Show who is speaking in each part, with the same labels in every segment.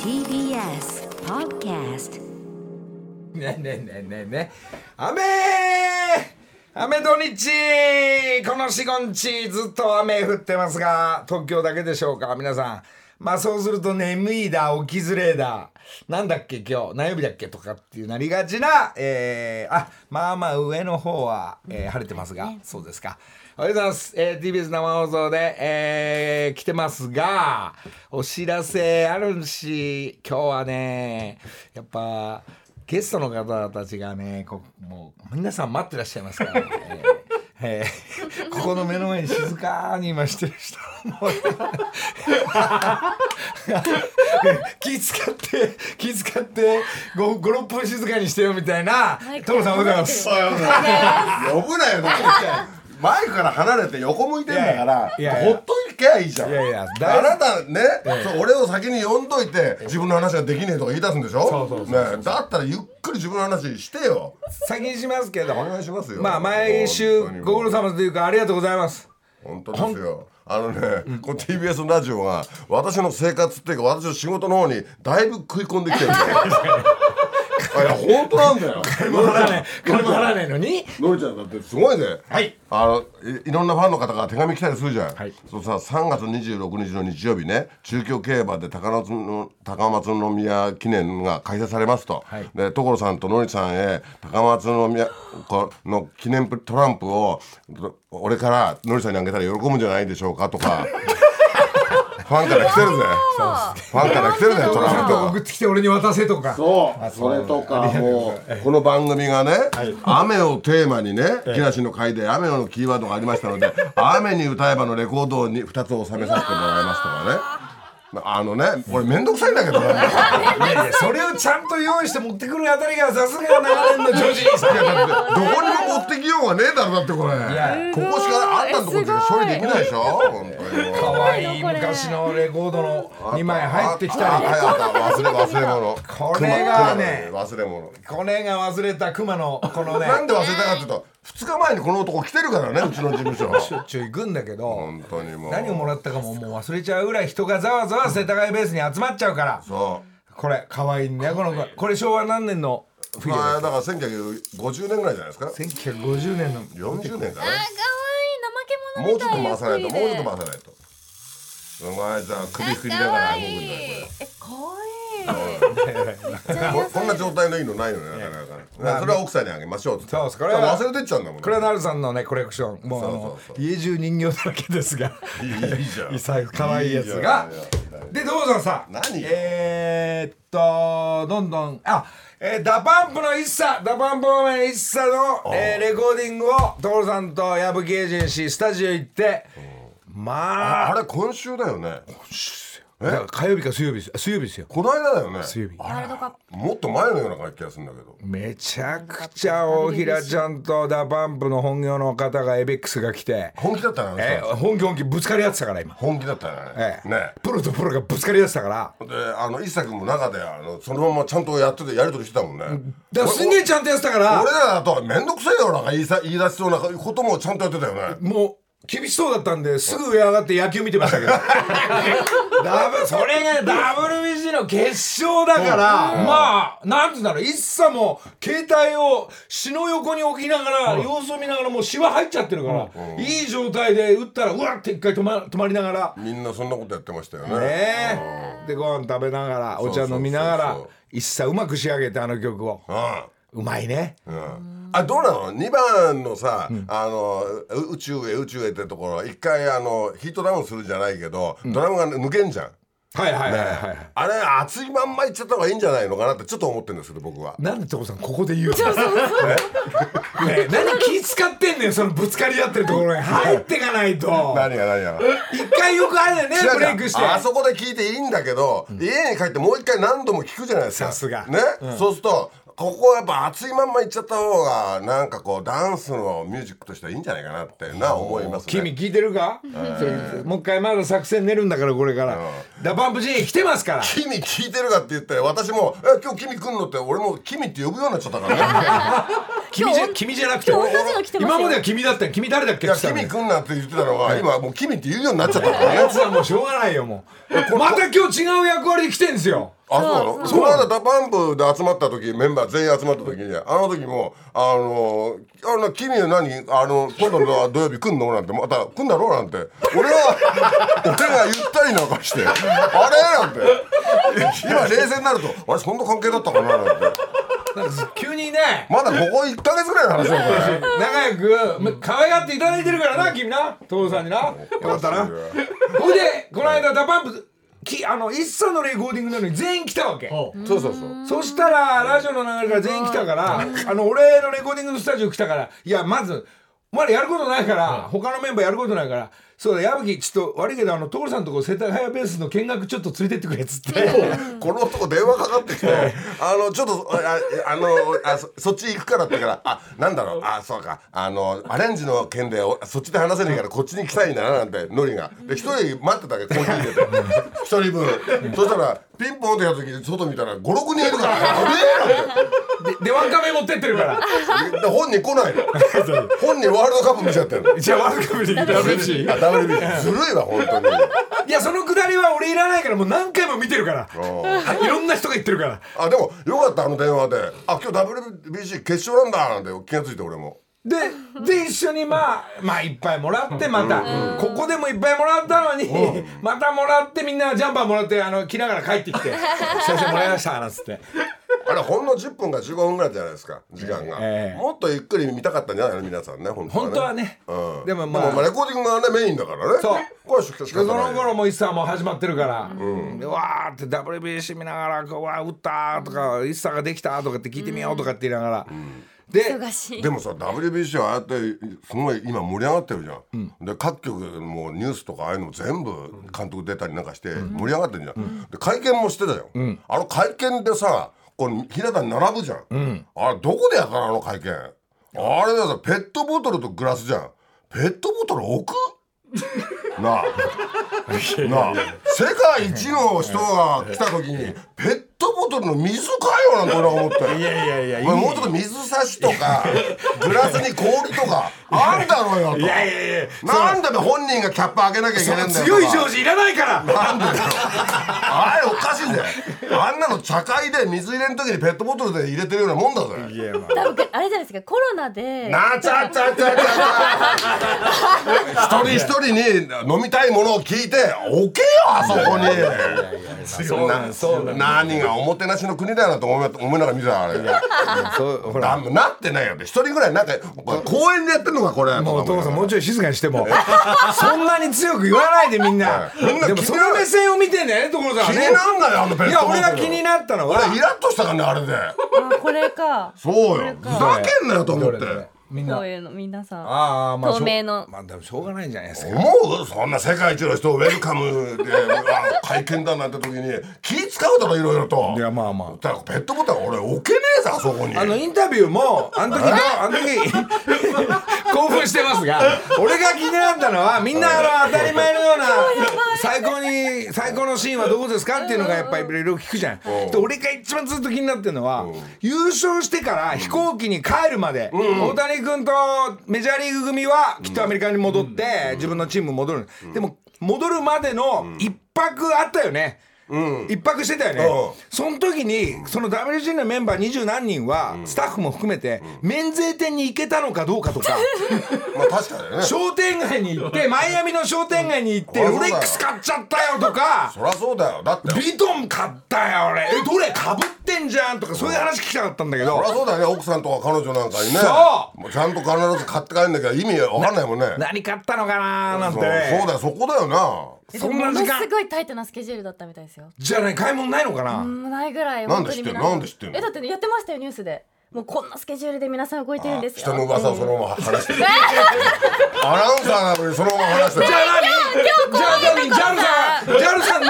Speaker 1: TBS Podcast
Speaker 2: ねえねえねえねえねえ雨雨土日この四五日ずっと雨降ってますが東京だけでしょうか皆さんまあそうすると眠いだ起きずれだなんだっけ今日何曜日だっけとかっていうなりがちなえー、あまあまあ上の方は、えー晴れてますが、そうですかおはようございます、えー、TBS 生放送で、えー来てますがお知らせあるし今日はねやっぱゲストの方たちがねこもう皆さん待ってらっしゃいますから、ねえーここの目の前に静かに今してる人もう 気使って気使って56分静かにしてよみたいなトムさんおはようございます。
Speaker 3: 呼ぶなよだってマイクから離れて横向いてんだから
Speaker 2: いやいやいや
Speaker 3: ほっといきゃいいじゃん
Speaker 2: いやいや
Speaker 3: あなたね、そう俺を先に呼んどいて自分の話ができねえとか言い出すんでしょ
Speaker 2: そうそうそう
Speaker 3: ねえだったらゆっくり自分の話してよ
Speaker 2: 先にしますけど
Speaker 3: お願いしますよ
Speaker 2: まあ毎週
Speaker 3: 本当に
Speaker 2: ご苦労様というかありがとうございます
Speaker 3: 本当ですよあのね、この TBS のラジオが私の生活っていうか私の仕事の方にだいぶ食い込んできてるんだ よあいや本当なんだよ
Speaker 2: 金も払わないのに
Speaker 3: のりちゃんだってすごいね
Speaker 2: はい
Speaker 3: あのいいろんなファンの方が手紙来たりするじゃん、
Speaker 2: はい
Speaker 3: そうさ3月26日の日曜日ね中京競馬で高松の高松宮記念が開催されますと、
Speaker 2: はい
Speaker 3: で所さんとのりさんへ高松宮この記念プトランプを俺からのりさんにあげたら喜ぶんじゃないでしょうか とかファンから来てるぜファンから来てるぜト
Speaker 2: ちゃ
Speaker 3: ラ
Speaker 2: ん
Speaker 3: ンプ
Speaker 2: と
Speaker 3: が
Speaker 2: 送ってきて俺に渡せとか
Speaker 3: そうそれとかもうこの番組がね、雨をテーマにね木梨の会で雨のキーワードがありましたので 「雨に歌えば」のレコードを2つ収めさせてもらいますとかねあのね俺めんどくさいんだけどね
Speaker 2: いやいやそれをちゃんと用意して持ってくるあたりがさすが長年の女子
Speaker 3: いやだってどこにも持ってきようがねえだろだってこれ
Speaker 2: や
Speaker 3: ここしかあったとこで処理できないでしょ本当にもう
Speaker 2: 可愛い昔のレコードの2枚入ってき
Speaker 3: あ
Speaker 2: たり
Speaker 3: ああ忘れ忘れ物
Speaker 2: これがね
Speaker 3: 熊忘れ物
Speaker 2: これが忘れた熊のこのね
Speaker 3: なんで忘れたかっていうと2日前にこの男来てるからねうちの事務所
Speaker 2: しょっちゅう行くんだけど
Speaker 3: 本当にもう
Speaker 2: 何をもらったかももう忘れちゃうぐらい人がざわざわ世田谷ベースに集まっちゃうから
Speaker 3: そう
Speaker 2: これ可愛いんだよこの子これ昭和何年のフィギュア
Speaker 3: まあだから1950年ぐらいじゃないですか
Speaker 2: 1950年の
Speaker 3: 40年か
Speaker 4: あー可
Speaker 3: な
Speaker 4: 愛い
Speaker 3: もう
Speaker 4: い
Speaker 3: ちょっと
Speaker 4: 怠け者
Speaker 3: 回
Speaker 4: み
Speaker 3: さな
Speaker 4: たい
Speaker 3: いと
Speaker 4: ゆっくりで
Speaker 3: もうちょっと回さないとうまいじゃん首振りなが
Speaker 4: 可
Speaker 3: ら動く
Speaker 4: 愛
Speaker 3: ん
Speaker 4: い
Speaker 3: だ
Speaker 4: い
Speaker 3: よ
Speaker 4: え可愛いい
Speaker 3: ここんな状態のいいのないよねなかなかねだからそれは奥さんにあげましょうって
Speaker 2: そうですこれは
Speaker 3: 忘れてっちゃうんだもんね
Speaker 2: これはナルさんのねコレクションもうあの
Speaker 3: そうそうそう
Speaker 2: 家中人形だらけですが
Speaker 3: いいいいじゃん
Speaker 2: いいサイズ可愛いやつ
Speaker 3: いいじ
Speaker 2: が
Speaker 3: ゃんいいじゃん
Speaker 2: でどうぞさ
Speaker 3: 何よ
Speaker 2: えー、っとどんどんあえー、ダパンプの一茶ダパンプ方面一茶の、えーレコーディングを所さんと矢吹エージェンシースタジオ行ってまあ
Speaker 3: あれ今週だよね
Speaker 2: だから火曜日か水曜日ですあ水曜日ですよ
Speaker 3: この間だよね
Speaker 2: 水曜日
Speaker 3: あらもっと前のような気がするんだけど
Speaker 2: めちゃくちゃ大平ちゃんとダパンプの本業の方がエベックスが来て
Speaker 3: 本気だったなあの人
Speaker 2: え本気本気ぶつかり合ってたから今、
Speaker 3: 本気だったよね
Speaker 2: ええ
Speaker 3: ね
Speaker 2: プロとプロがぶつかり合ってたから
Speaker 3: であの一作も中であのそのままちゃんとやっててやり取りしてたもんね
Speaker 2: だからすんげえちゃんとやってたから
Speaker 3: 俺らだと面倒くせえよなんか言いさ言い出しそうなこともちゃんとやってたよね
Speaker 2: もう厳しそうだったんですぐ上上がって野球見てました けどダブそれが WBC の決勝だからまあなんつうんだろう一茶も携帯を詩の横に置きながら様子を見ながらもう詩は入っちゃってるからいい状態で打ったらうわって一回止ま止まりながら
Speaker 3: みんなそんなことやってましたよね
Speaker 2: ねえでご飯食べながらお茶飲みなが
Speaker 3: そう
Speaker 2: ら
Speaker 3: そうそう
Speaker 2: 一茶うまく仕上げてあの曲を
Speaker 3: う
Speaker 2: うまいね
Speaker 3: んうんあどうなの2番のさ、あのう宇宙へ宇宙へってところ一回あのヒートダウンするじゃないけど、ドラムが抜けんじゃん、
Speaker 2: はいはいはいはい、
Speaker 3: ねあれ熱いまんまいっちゃった方がいいんじゃないのかなってちょっと思ってるんですけど僕は
Speaker 2: なんで所さんここで言うのねえ何気使ってんのよそのぶつかり合ってるところに入ってかないと
Speaker 3: 何が何が
Speaker 2: 一回よくあるよねブレイクして
Speaker 3: あそこで聞いていいんだけど、家に帰ってもう一回何度も聞くじゃないですか
Speaker 2: さすが
Speaker 3: ね、そうするとここはやっぱ熱いまんま行っちゃった方がなんかこうダンスのミュージックとしてはいいんじゃないかなってな思いますね
Speaker 2: 君聞いてるかそれもう一回まだ作戦練るんだからこれからダパンプ G 来てますから
Speaker 3: 君 聞いてるかって言って私も「え今日君来んの?」って俺も「君」って呼ぶようになっちゃったからね
Speaker 2: 君じゃ君じゃなくて
Speaker 4: 今日同じの着てます
Speaker 2: 今
Speaker 4: よ
Speaker 2: までは君だったよ君誰だっけ
Speaker 3: いや
Speaker 2: って言って
Speaker 3: 君
Speaker 2: たの
Speaker 3: くんなって言ってたのが今もう君って言うようになっちゃったから
Speaker 2: あや
Speaker 3: ね
Speaker 2: つはもうしょうがないよもうまた今日違う役割で来てんですよ
Speaker 3: あそうなのその間ダパンプで集まった時メンバー全員集まった時にあの時も「あのあの君何あの今度の土曜日来んの?」なんてまた「来んだろ?」なんて俺は 俺がゆったりなんかして「あれ?」なんて今冷静になると「あれそんな関係だったかな?」なんて
Speaker 2: なんか急にね
Speaker 3: まだここ1か月ぐらいの話だよこれ。
Speaker 2: 仲良くま可愛がっていただいてるからな君な父さんになよかったな ほいでこの間ダパンプきあの一茶のレコーディングなのに全員来たわけ
Speaker 3: そうそうそう
Speaker 2: そしたらラジオの流れから全員来たからあの俺のレコーディングのスタジオ来たからいやまずお前らやることないから他のメンバーやることないからそうだ矢吹ちょっと悪いけどあの所さんのとこ世田谷ベースの見学ちょっと連れてってくれっつって
Speaker 3: この男電話かかってきて「あのちょっとああのあそそっち行くから」って言うから「あなんだろうあそうかあのアレンジの件でおそっちで話せねえからこっちに来たいんだな」なんてノリがで一人待ってたわけコーヒー入れて一人分そしたらピンポンってやった時外見たら56人いるから「やべえ!」なんて。
Speaker 2: ででワンカメ持ってってるから
Speaker 3: で本人来ないの本人ワールドカップ見ちゃってる の
Speaker 2: じゃあワンカメで WBC
Speaker 3: あ WBC ずるいわ本当に
Speaker 2: いやそのくだりは俺いらないからもう何回も見てるから
Speaker 3: うん
Speaker 2: いろんな人が言ってるから
Speaker 3: あでもよかったあの電話で「あ今日 WBC 決勝なんだ」なんて気がついて俺も
Speaker 2: でで一緒にまあまあいっぱいもらってまたここでもいっぱいもらったのにまたもらってみんなジャンパーもらってあの着ながら帰ってきて「先生もらいました」なんつって
Speaker 3: あれほんの10分か15分ぐらいじゃないですか時間が、
Speaker 2: ええ
Speaker 3: もっとゆっくり見たかったんじゃないの皆さんね本当は
Speaker 2: 本
Speaker 3: ね
Speaker 2: 当はね
Speaker 3: うん、
Speaker 2: でもまあ
Speaker 3: でレコーディングがねメインだからね
Speaker 2: そう
Speaker 3: これはしかし
Speaker 2: でそ
Speaker 3: 方な
Speaker 2: の
Speaker 3: い
Speaker 2: 頃も一茶もう始まってるから「でわ」ーって WBC 見ながらこう「わー打った」とか「一茶ができた」とかって聞いてみようとかって言いながらで
Speaker 4: 忙しい。
Speaker 3: でもさ WBC はああやってすごい今盛り上がってるじゃん、で各局もニュースとかああいうのも全部監督出たりなんかして盛り上がってるじゃん、で会見もしてたよ、あの会見でさこの平田に並ぶじゃん、あれどこでやったのあの会見あれださペットボトルとグラスじゃんペットボトル置くなあなあ世界一の人が来た時にペットボトルの水かよなんて俺は思って
Speaker 2: いやいやいやいい
Speaker 3: お前もうちょっと水差しとかグラスに氷とかあんだろうよと
Speaker 2: いやいやいや
Speaker 3: なんで本人がキャップ開けなきゃいけないんだよ
Speaker 2: 強い
Speaker 3: とか
Speaker 2: 上司いらないから
Speaker 3: なんでだよあれおかしいんだよあんなの茶会で水入れん時にペットボトルで入れてるようなもんだぜ
Speaker 2: いやまあ
Speaker 4: 多分あれじゃないですかコロナで。
Speaker 3: なちゃちゃちゃちゃ一人一人に飲みたいものを聞いて置けよあそこに
Speaker 2: そうなんそうなん
Speaker 3: 何がおもてなしの国だよなと思い思いながら見てたあれ
Speaker 2: そうほら
Speaker 3: だなってないよね一人ぐらいなんかこれ公園でやってんのかこれ
Speaker 2: もう
Speaker 3: と
Speaker 2: 所
Speaker 3: か
Speaker 2: さんもう
Speaker 3: 思いながら
Speaker 2: ちょい静かにしてもそんなに強く言わないでみんな
Speaker 3: みんな気になる
Speaker 2: でもその目線を見てんだよね所さ
Speaker 3: 気
Speaker 2: ん
Speaker 3: に
Speaker 2: はね
Speaker 3: なんだよあのペットボトル
Speaker 2: い や俺が気になったのは
Speaker 3: 俺イラッとしたからねあれで
Speaker 4: あこれか。
Speaker 3: そうよふざけんなよと思って
Speaker 2: どれどれみんな
Speaker 4: こういうの皆さん。
Speaker 2: ああまあ
Speaker 4: 透明の
Speaker 2: しょうまあでもしょうがないんじゃないですか
Speaker 3: 思うそんな世界一の人をウェルカムで うわ会見だなんて時に気使うだろいろいろと
Speaker 2: いやまあまあ
Speaker 3: だからペットボトル俺置けねえぞあそこに
Speaker 2: あのインタビューもあの時のあの時興奮してますが俺が気になったのはみんなあの当たり前のような最高に最高のシーンはどこですかっていうのがやっぱりいろいろ聞くじゃんで俺が一番ずっと気になってるのは優勝してから飛行機に帰るまで大谷君とメジャーリーグ組はきっとアメリカに戻って自分のチーム戻るでも戻るまでの一泊あったよね一泊してたよね
Speaker 3: うん
Speaker 2: その時にその WG のメンバー二十何人はスタッフも含めて免税店に行けたのかどうかと か
Speaker 3: まあ確かにねそ
Speaker 2: 商店街に行ってマイアミの商店街に行って
Speaker 3: うん
Speaker 2: ロレックス買っちゃったよとか
Speaker 3: りゃそうだよだって
Speaker 2: ビトン買ったよ俺えどれかぶってんじゃんとかそういう話聞きたかったんだけ
Speaker 3: そ
Speaker 2: ど
Speaker 3: りゃそうだよね奥さんとか彼女なんかにね
Speaker 2: そう
Speaker 3: もうちゃんと必ず買って帰んなきゃ意味わかんないもんね
Speaker 2: 何買ったのかなーなん
Speaker 3: そ
Speaker 2: て
Speaker 3: うそうだ
Speaker 2: ね
Speaker 3: よそこだよな
Speaker 4: えで
Speaker 2: そ
Speaker 4: も
Speaker 2: んな
Speaker 4: も
Speaker 2: 時
Speaker 4: の
Speaker 2: 間
Speaker 4: すごいタイトなスケジュールだったみたいですよ。
Speaker 2: じゃない買い物ないのかな
Speaker 4: もうないぐらい
Speaker 3: なん
Speaker 4: 本
Speaker 3: で
Speaker 4: 当
Speaker 3: 知
Speaker 4: に
Speaker 3: ってんの
Speaker 4: 皆さ
Speaker 3: なんで知ってんの
Speaker 4: えだってやってましたよニュースで。もうこんなスケジュールで皆さん動いてるんですよ。
Speaker 3: 人の噂をそのまま話してるアナウンサーなのにそのまま話してる
Speaker 2: じゃあ何じゃあ何ジャルさんジャルさんの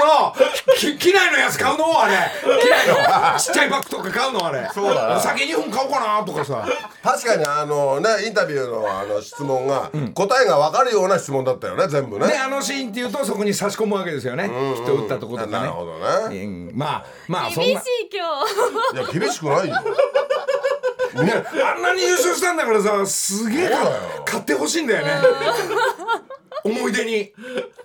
Speaker 2: き機内のやつ買うのあれ機内のちっちゃいバッグとか買うのあれ
Speaker 3: そうだな
Speaker 2: お酒2本買おうかなとかさ
Speaker 3: 確かにあのねインタビューのあの質問が、答えが分かるような質問だったよね全部ね
Speaker 2: ね、あのシーンっていうとそこに差し込むわけですよね、きっと打ったとことかね
Speaker 3: なるほどね
Speaker 2: うんまあまあそん
Speaker 4: 厳
Speaker 2: な
Speaker 4: しい今日。
Speaker 3: いや厳しくないよ
Speaker 2: あんなに優勝したんだからさすげえか
Speaker 3: そうだよ
Speaker 2: 買ってほしいんだよね思い出に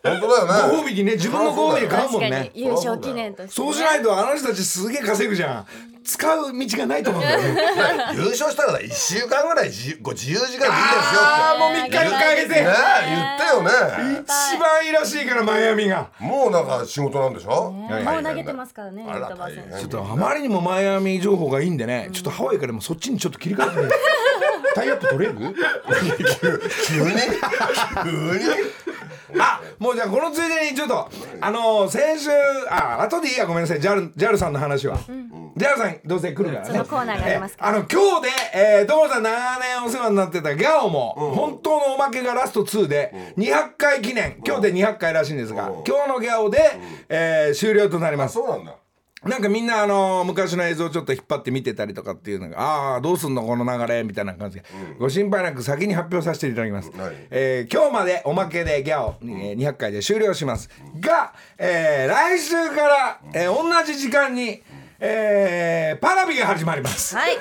Speaker 3: 本当だよ
Speaker 2: ご
Speaker 3: ね
Speaker 2: 褒美にね自分のご褒美に買う
Speaker 4: 確
Speaker 2: もん
Speaker 4: かに
Speaker 2: ね
Speaker 4: 優勝記念として
Speaker 2: そうしないとあの人たちすげえ稼ぐじゃん使う道がないと思うんだよね
Speaker 3: 優勝したら1週間ぐらい自由ご自由時間でいいですよ
Speaker 2: ああもう3日4日あげ
Speaker 3: って
Speaker 2: て
Speaker 3: ねえ言ってよね
Speaker 2: 一番いいらしいからマイアミが
Speaker 3: もうなんか仕事なんでしょ
Speaker 2: はい
Speaker 4: もう投げてますからね、ヌ
Speaker 3: あ
Speaker 4: ー
Speaker 3: ら
Speaker 4: トバ
Speaker 3: 大
Speaker 4: ー選
Speaker 3: 変
Speaker 4: 手。
Speaker 2: ちょっとあまりにもマイアミ情報がいいんでね、ちょっとハワイからもそっちにちょっと切り替えてみるタイアップ取れる
Speaker 3: 急に急に
Speaker 2: あもうじゃあこのついでにちょっとあのー先週あ後でいいやごめんなさい JAL, JAL さんの話は、JAL さんどうせ来るからね
Speaker 4: そのコーナーがありますか
Speaker 2: えあの今日で、えー、所さん長年お世話になってたギャオも、本当のおまけがラスト2で200回記念今日で200回らしいんですが、今日のギャオで、えー終了となります
Speaker 3: そうなんだ
Speaker 2: なんかみんなあの昔の映像をちょっと引っ張って見てたりとかっていうのがああーどうすんのこの流れみたいな感じで、ご心配なく先に発表させていただきます、
Speaker 3: はい
Speaker 2: えー今日までおまけでギャオ、えー200回で終了しますが、えー来週から、えー同じ時間に、えーパラビが始まります
Speaker 4: はい、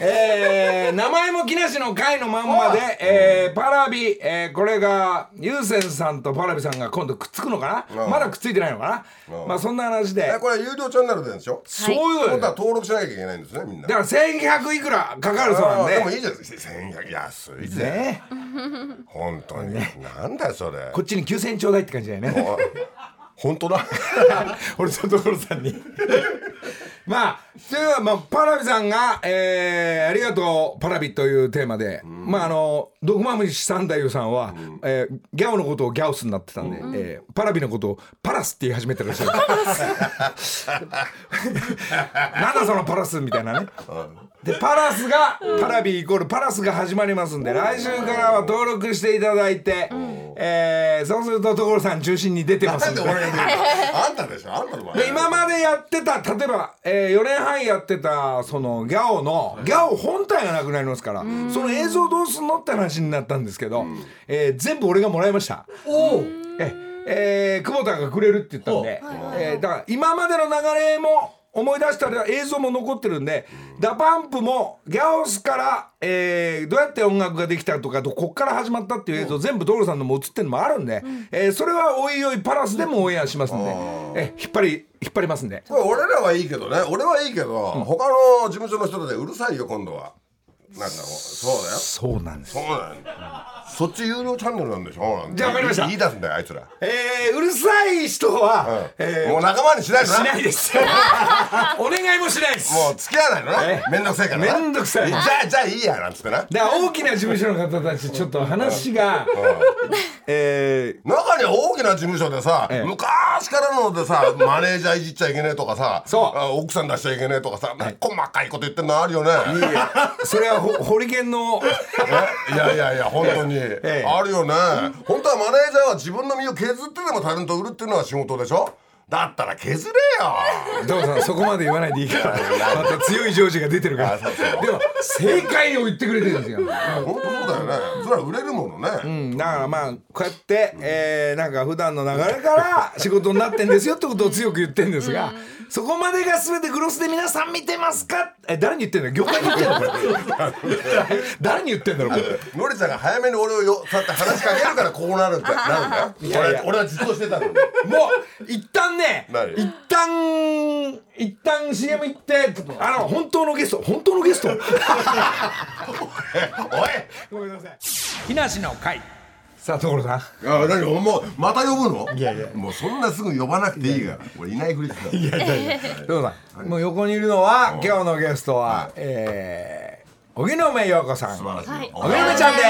Speaker 2: えー名前も木梨の会のまんまで、えーパラビ、えーこれがユーセンさんとパラビさんが今度くっつくのかな、
Speaker 3: うん
Speaker 2: まだくっついてないのかな、
Speaker 3: うん
Speaker 2: まあそんな話で
Speaker 3: えこれ有料チャンネルでしょ
Speaker 2: そういうことだ
Speaker 3: 今度は
Speaker 2: よ
Speaker 3: 登録しなきゃいけないんですねみんな
Speaker 2: だから1100いくらかかるそうなん
Speaker 3: あー
Speaker 2: で
Speaker 3: もいいじゃん1100安いぜ
Speaker 2: ね
Speaker 3: 本当になんだよそれ
Speaker 2: こっちに9000円ちょうだいって感じだよね
Speaker 3: あ本当 だ
Speaker 2: 俺と所さんに まあというのは、まあ、パラビさんが「えーありがとうパラビ」というテーマで、まああのドクマムシ三太夫さんは、えーギャオのことをギャオスになってたんで、えーパラビのことをパラスって言い始めてらっしゃる なんだそのパラスみたいなねでパラスがパラビイコールパラスが始まりますんで来週からは登録していただいて、えーそうすると所さん中心に出てます
Speaker 3: なんん
Speaker 2: で
Speaker 3: で俺が言うのあんたでしょあんたの場合
Speaker 2: で今までやってた例えば、え4年半やってたそのギャオのギャオ本体がなくなりますからその映像どうすんのって話になったんですけど、えー全部俺がもらいました。ええー久保田がくれるって言ったんで、えーだから今までの流れも思い出したら映像も残ってるんで、ダパンプもギャオスから、えーどうやって音楽ができたとかとこっから始まったっていう映像、全部所さんのも映ってるのもあるんで、えーそれはおいおいパラスでもオンエアしますんで、えー引っ張り引っ張りますんで。
Speaker 3: これ俺らはいいけどね俺はいいけど、他の事務所の人でうるさいよ今度はなんだろうそうだよ
Speaker 2: そうなんです。
Speaker 3: そうなんだよそっち有料チャンネルなんでしょなんて
Speaker 2: じゃあわかりました
Speaker 3: 言い出すんだよあいつら、
Speaker 2: えーうるさい人は、えー
Speaker 3: もう仲間にしないと
Speaker 2: しない です。お願いもしないです。
Speaker 3: もう付き合わないのねめんどくさいからな
Speaker 2: めんどくさい
Speaker 3: じゃあじゃあいいやなんつってな
Speaker 2: だから大きな事務所の方たちちょっと話が、えー
Speaker 3: 中には大きな事務所でさ、
Speaker 2: ええ
Speaker 3: 昔からの でさマネージャーいじっちゃいけねえとかさ
Speaker 2: そう
Speaker 3: あ奥さん出しちゃいけねえとかさ、細かいこと言ってんのあるよね
Speaker 2: いやいやそれはほホリケンの
Speaker 3: えいやいやいや本当に、
Speaker 2: え
Speaker 3: あるよね本当はマネージャーは自分の身を削ってでもタレントを売るっていうのは仕事でしょだったら削れよ
Speaker 2: どうさんそこまで言わないでいいからまた強いジョージが出てるから
Speaker 3: あそうそう
Speaker 2: でも正解を言ってくれてるんですよ、
Speaker 3: 本当そうだよねそれは売れるものね、
Speaker 2: うん、だからまあこうやって、えーなんか普段の流れから仕事になってんですよってことを強く言ってんですが、そこまでが全てグロスで皆さん見てますかえ誰に言ってんの業界に言ってんのこれ誰に言ってんだろうこれ
Speaker 3: のりちゃんが早めに俺をよそうやって話しかけるからこうなるんだなるんだよ
Speaker 2: いやいや
Speaker 3: 俺俺はじっとしてたのに
Speaker 2: もう一旦ね
Speaker 3: 何
Speaker 2: 一旦一旦 CM 行ってあの本当のゲスト本当のゲスト
Speaker 3: おい
Speaker 2: ごめんなさい木梨の会さあ所さん
Speaker 3: あ何おもうまた呼ぶのいやいやもうそんなすぐ呼ばなくていいが俺いないふりしてたいやいやいや
Speaker 2: 所さんもう横にいるのは今日のゲストはえー荻野目洋子さん
Speaker 3: 素晴らしい、
Speaker 4: はい
Speaker 3: お
Speaker 2: 荻野目ちゃんで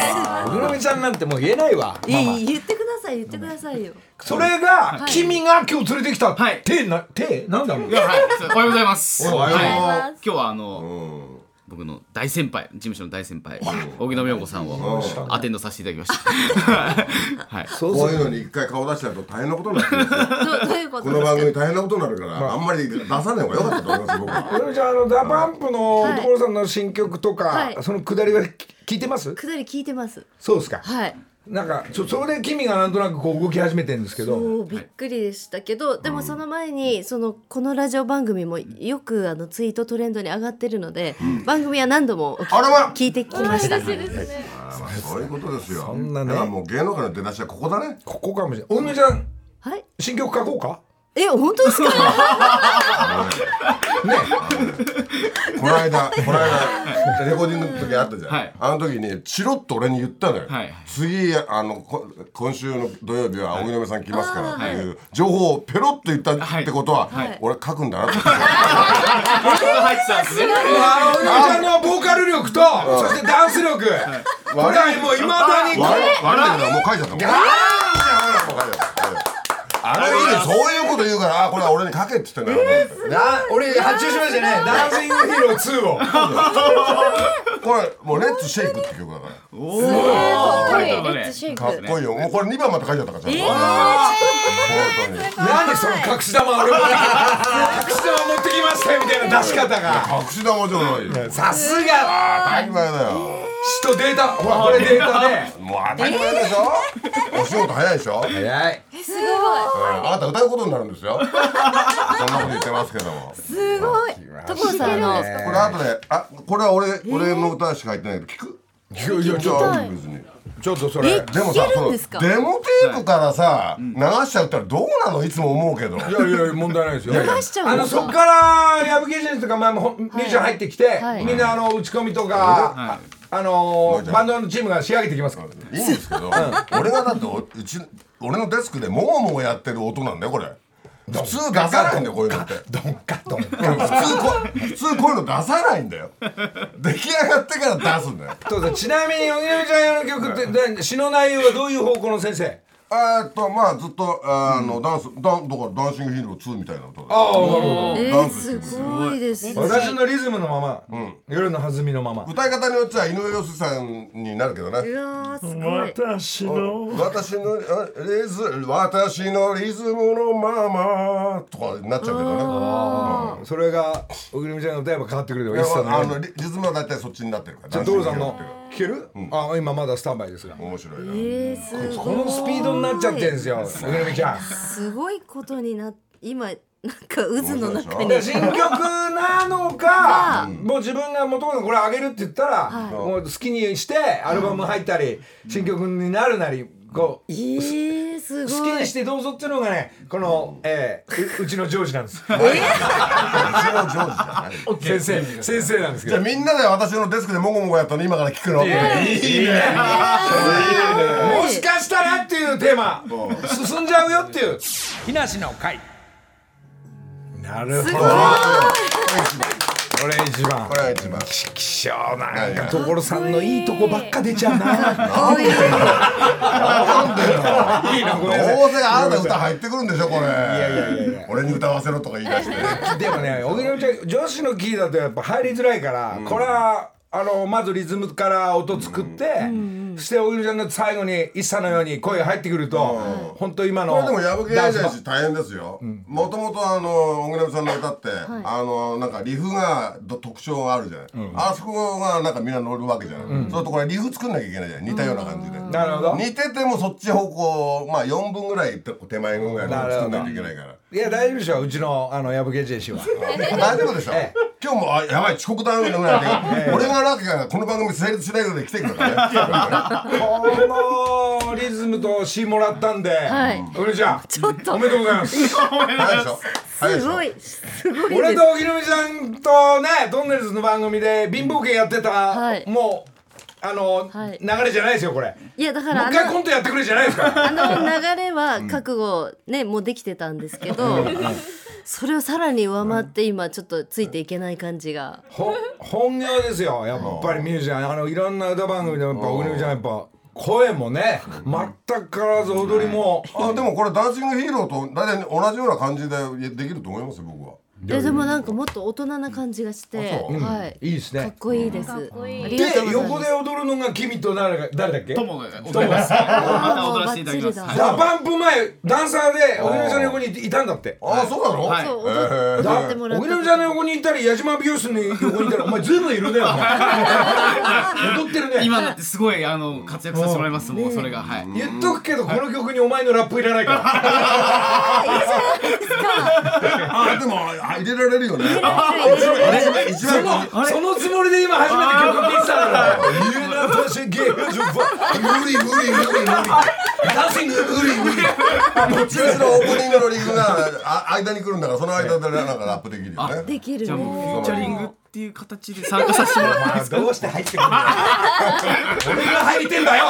Speaker 2: す荻野目ちゃんなんてもう言えないわ
Speaker 1: いやいや言ってください言ってくださいよ
Speaker 2: それが君が今日連れてきた
Speaker 5: はい
Speaker 2: 手な手なんだろう
Speaker 5: いやはい、おはようございます。
Speaker 3: おはよう
Speaker 5: は今日はあの、僕の大先輩、事務所の大先輩、荻野目洋子さんをアテンドさせていただきま した。はい。
Speaker 2: そう
Speaker 3: こ
Speaker 2: そう
Speaker 3: いうのに一回顔出しちゃうと大変なことになってるんですよ
Speaker 1: どうどういうこと
Speaker 3: こ
Speaker 1: です
Speaker 3: の
Speaker 1: か
Speaker 3: 番組大変なことになるから、あんまり出さない方が良かったと思います僕は。
Speaker 2: 荻野目ちゃんあのダパンプの所さんの新曲とか
Speaker 1: はい
Speaker 2: そのくだりは聞聞いてます
Speaker 1: くだり聞いてます
Speaker 2: そうですか
Speaker 1: はい
Speaker 2: なんかそそれで君がなんとなくこう動き始めてるんですけど
Speaker 1: そうびっくりでしたけど、でもその前にそのこのラジオ番組もよくあのツイートトレンドに上がってるので、番組は何度もお聞き
Speaker 3: あらま
Speaker 1: 聞いてきました。
Speaker 3: そういうことですよ
Speaker 2: そんなね
Speaker 3: だからもう芸能界の出だしはここだね
Speaker 2: ここかもしれないおんちゃん
Speaker 1: はい。
Speaker 2: 新曲書こうか
Speaker 1: え本当ですか。
Speaker 3: この 間、この間、レコーディングの時あったじゃん。
Speaker 5: はい
Speaker 3: あの時に、チロッと俺に言ったのよ。
Speaker 5: はい
Speaker 3: 次、あの、こ今週の土曜日は、荻野目さん来ますからって
Speaker 5: い
Speaker 3: いう情報をペロッと言った
Speaker 5: はい
Speaker 3: ってことは、
Speaker 5: はい
Speaker 3: 俺書くんだな って。
Speaker 5: 入ってたんですね。
Speaker 2: あのおんちゃんのボーカル力とそしてダンス力これはもういまだにこ
Speaker 3: 悪
Speaker 2: う
Speaker 3: い、悪いけど、もう書いちゃったもん。もう書いちゃったあの時にそういうこと言うから、あ、これは俺に書けって言ったんだよ。
Speaker 2: な俺発注しましたよね「ダンシングヒーロー2」を。
Speaker 3: これ、もうレッツシェイクって曲だから。
Speaker 5: おータイトルが
Speaker 4: レッ
Speaker 5: ね
Speaker 4: ツシェイク。
Speaker 3: かっこいいよ。もうこれ2番まで書いちゃったから、ちゃんと本当に。
Speaker 2: 何その隠し玉俺も隠し玉持ってきましたよみたいな出し方が
Speaker 3: 隠し玉じゃないよ。
Speaker 2: さすが
Speaker 3: 当たり前だよ。
Speaker 2: 死とデータほらこれデータで
Speaker 3: もう当たり前でしょ、お仕事早いでしょ、うん
Speaker 2: 早い
Speaker 4: すご
Speaker 3: あなた歌うことになるんです よそんなこと言ってますけどもこ
Speaker 4: い。すごい。
Speaker 1: 所さんの
Speaker 4: 聞けるん
Speaker 3: れ後であこれは俺、俺の歌しか入ってないけど聞く
Speaker 2: いやいやちょ
Speaker 3: ある別に
Speaker 2: ちょっとそれいや
Speaker 3: でもさ
Speaker 1: 聞けるんですか
Speaker 3: のデモテープからさ、流しちゃうったらどうなのいつも思うけど
Speaker 2: いや問題ないですよ
Speaker 1: しちゃ
Speaker 2: あ
Speaker 1: うん
Speaker 2: の
Speaker 1: です
Speaker 2: そ
Speaker 1: か
Speaker 2: っからヤブゲージェンスとか前もほんミュージシャン入ってきて
Speaker 1: はい
Speaker 2: みんなあの打ち込みと
Speaker 5: は
Speaker 2: か
Speaker 5: い
Speaker 2: ああの
Speaker 3: い
Speaker 2: バンドのチームが仕上げてきますから
Speaker 3: いいんですけど、俺がだっておうち俺のデスクでもごもごやってる音なんだよこれ普通出さないんだよこういうのって
Speaker 2: ドンカドン
Speaker 3: 普通こ普通こういうの出さないんだよ出来上がってから出すんだよ
Speaker 2: そうですちなみにヨギヨギちゃん用の曲ってで詩の内容はどういう方向の先生
Speaker 3: えーっとまあずっとあの、ダンスダンだからダンシングヒーロー2みたいな音で
Speaker 2: ああなるほ
Speaker 1: え
Speaker 3: ダン
Speaker 1: ー、
Speaker 3: スして
Speaker 1: す
Speaker 3: る
Speaker 1: ごいですね。
Speaker 2: 私のリズムのまま夜の弾みのまま
Speaker 3: 歌い方によっては井上陽水さんになるけど
Speaker 1: う
Speaker 3: ね
Speaker 1: わーすごい。
Speaker 2: 私の
Speaker 3: 私のあリズ私のリズムのままとかになっちゃうけどね
Speaker 2: それが小栗ちゃんの歌えば変わってくれれば
Speaker 3: いや
Speaker 2: 一切
Speaker 3: まあ
Speaker 2: な
Speaker 3: あ
Speaker 2: い
Speaker 3: のリリズムは大体そっちになってるから
Speaker 2: じゃあ所さんの聞ける、あ今まだスタンバイですが
Speaker 3: 面白いな、
Speaker 1: えー、すごい。
Speaker 2: このスピードになっちゃってるんですよ小栗ちゃん
Speaker 1: すごいことになっ今なんか渦の中
Speaker 3: 面白い
Speaker 1: に
Speaker 3: で
Speaker 2: で新曲なのかもう自分がもともとこれあげるって言ったら、もう好きにしてアルバム入ったり、新曲になるなりこ
Speaker 1: え
Speaker 2: う
Speaker 1: ー、す
Speaker 2: 好
Speaker 1: ご
Speaker 2: き
Speaker 1: い。
Speaker 2: にしてどうぞっていうのがねこの、えーううちのジョージなんです先生先生なんですけ
Speaker 3: じゃあ
Speaker 2: ど
Speaker 3: みんなで私のデスクでもごもごやったの今から聞くのいいね
Speaker 2: もしかしたらっていうテーマ進んじゃうよっていう木梨の会なるほどこれ一番
Speaker 3: これが一番
Speaker 2: 希少なんか所さんのいいとこばっか出ちゃうな
Speaker 3: なんでよ
Speaker 2: いいなご
Speaker 3: どう
Speaker 2: めん
Speaker 3: せ
Speaker 2: なさい
Speaker 3: あなた歌入ってくるんでしょこれい
Speaker 2: やいやいや
Speaker 3: 俺に歌わせろとか言い出して
Speaker 2: でもね小木ちゃん女子のキーだとやっぱ入りづらいから、これはあのまずリズムから音作って、そして小木ちゃんの最後に一茶のように声入ってくると、本当今の
Speaker 3: これでも破け
Speaker 2: ダ
Speaker 3: な
Speaker 2: ン
Speaker 3: い
Speaker 2: ス
Speaker 3: し
Speaker 2: の
Speaker 3: 大変ですよもともとあの小倉さんの歌ってあのなんかリフがど特徴があるじゃないあそこがなんかみんな乗るわけじゃないそうするとこれリフ作んなきゃいけないじゃない似たような感じで
Speaker 2: なるほど
Speaker 3: 似ててもそっち方向まあ4分ぐらい手手前ぐらいの作んなきゃいけない から
Speaker 2: いや大丈夫でしょうちのあの矢吹ジェシーは
Speaker 3: 大丈夫でしょ
Speaker 2: ええ
Speaker 3: 今日もあやばい遅刻だよぐ らいで俺がラッキーがこの番組成立しないので来てくれたね
Speaker 2: このリズムと詩もらったんで、
Speaker 1: い
Speaker 2: 小栗ちゃんちょっとおめでとうございます
Speaker 3: 早いでしょ早いですし
Speaker 1: ごい
Speaker 3: ょ
Speaker 1: すごいです。
Speaker 2: 俺と荻野目さんとねトンネルズの番組で貧乏系やってた、
Speaker 1: はい
Speaker 2: もうあの、
Speaker 1: はい
Speaker 2: 流れじゃないですよこれも
Speaker 1: いやだか
Speaker 2: う
Speaker 1: らあ
Speaker 2: 一回コ
Speaker 1: の
Speaker 2: ントやってくれじゃないですか
Speaker 1: あ の流れは覚悟ねもうできてたんですけど、それをさらに上回って今ちょっとついていけない感じが。
Speaker 2: ほ本業ですよやっぱりミュージシャンあのいろんな歌番組でもやっぱ荻野目ちゃんやっぱ声もね全く変わらず踊りも
Speaker 3: あでもこれダンシングヒーローと大体同じような感じでできると思いますよ僕は。
Speaker 1: えでもなんかもっと大人な感じがして、
Speaker 3: そう
Speaker 1: はい。
Speaker 2: いいです
Speaker 1: かっ
Speaker 2: ね
Speaker 1: こいいです。
Speaker 4: こいい
Speaker 1: あ
Speaker 2: で
Speaker 1: りがとうござい
Speaker 2: 横
Speaker 1: ます
Speaker 2: で。踊るのが君と誰が誰だっけ
Speaker 5: ともが踊ります。また踊らせていただきます。
Speaker 2: ダパンプ前ダンサーで荻野目さんの横ににいたんだって
Speaker 3: ああそうなの、
Speaker 5: はい
Speaker 1: そう踊っ踊ってもら
Speaker 2: 小
Speaker 1: った
Speaker 2: 木のちゃんの横にいたり矢島美容室の横にいたりお前ずいぶんいるねお 前踊ってるね
Speaker 5: 今だってすごいあの活躍させてもらいますもうそれがはい
Speaker 2: 言っとくけどこの曲にお前のラップいらない から
Speaker 3: あでもあ入れられるよね一番一番
Speaker 2: そのそのつもりで今初めて曲聴いてたから言えな私ゲームジョブ
Speaker 3: 無理無理無理無理
Speaker 2: ダンシング
Speaker 3: 無理無理どっちにしろオープニングのリングがあ間に来るんだからその間でなんかラップできるよね
Speaker 1: できる
Speaker 5: じゃあも
Speaker 1: ね
Speaker 5: うフューチャリングっていう形で参加させてもらっていいですか
Speaker 2: どうして入ってくるんだよ俺が入りてんだよ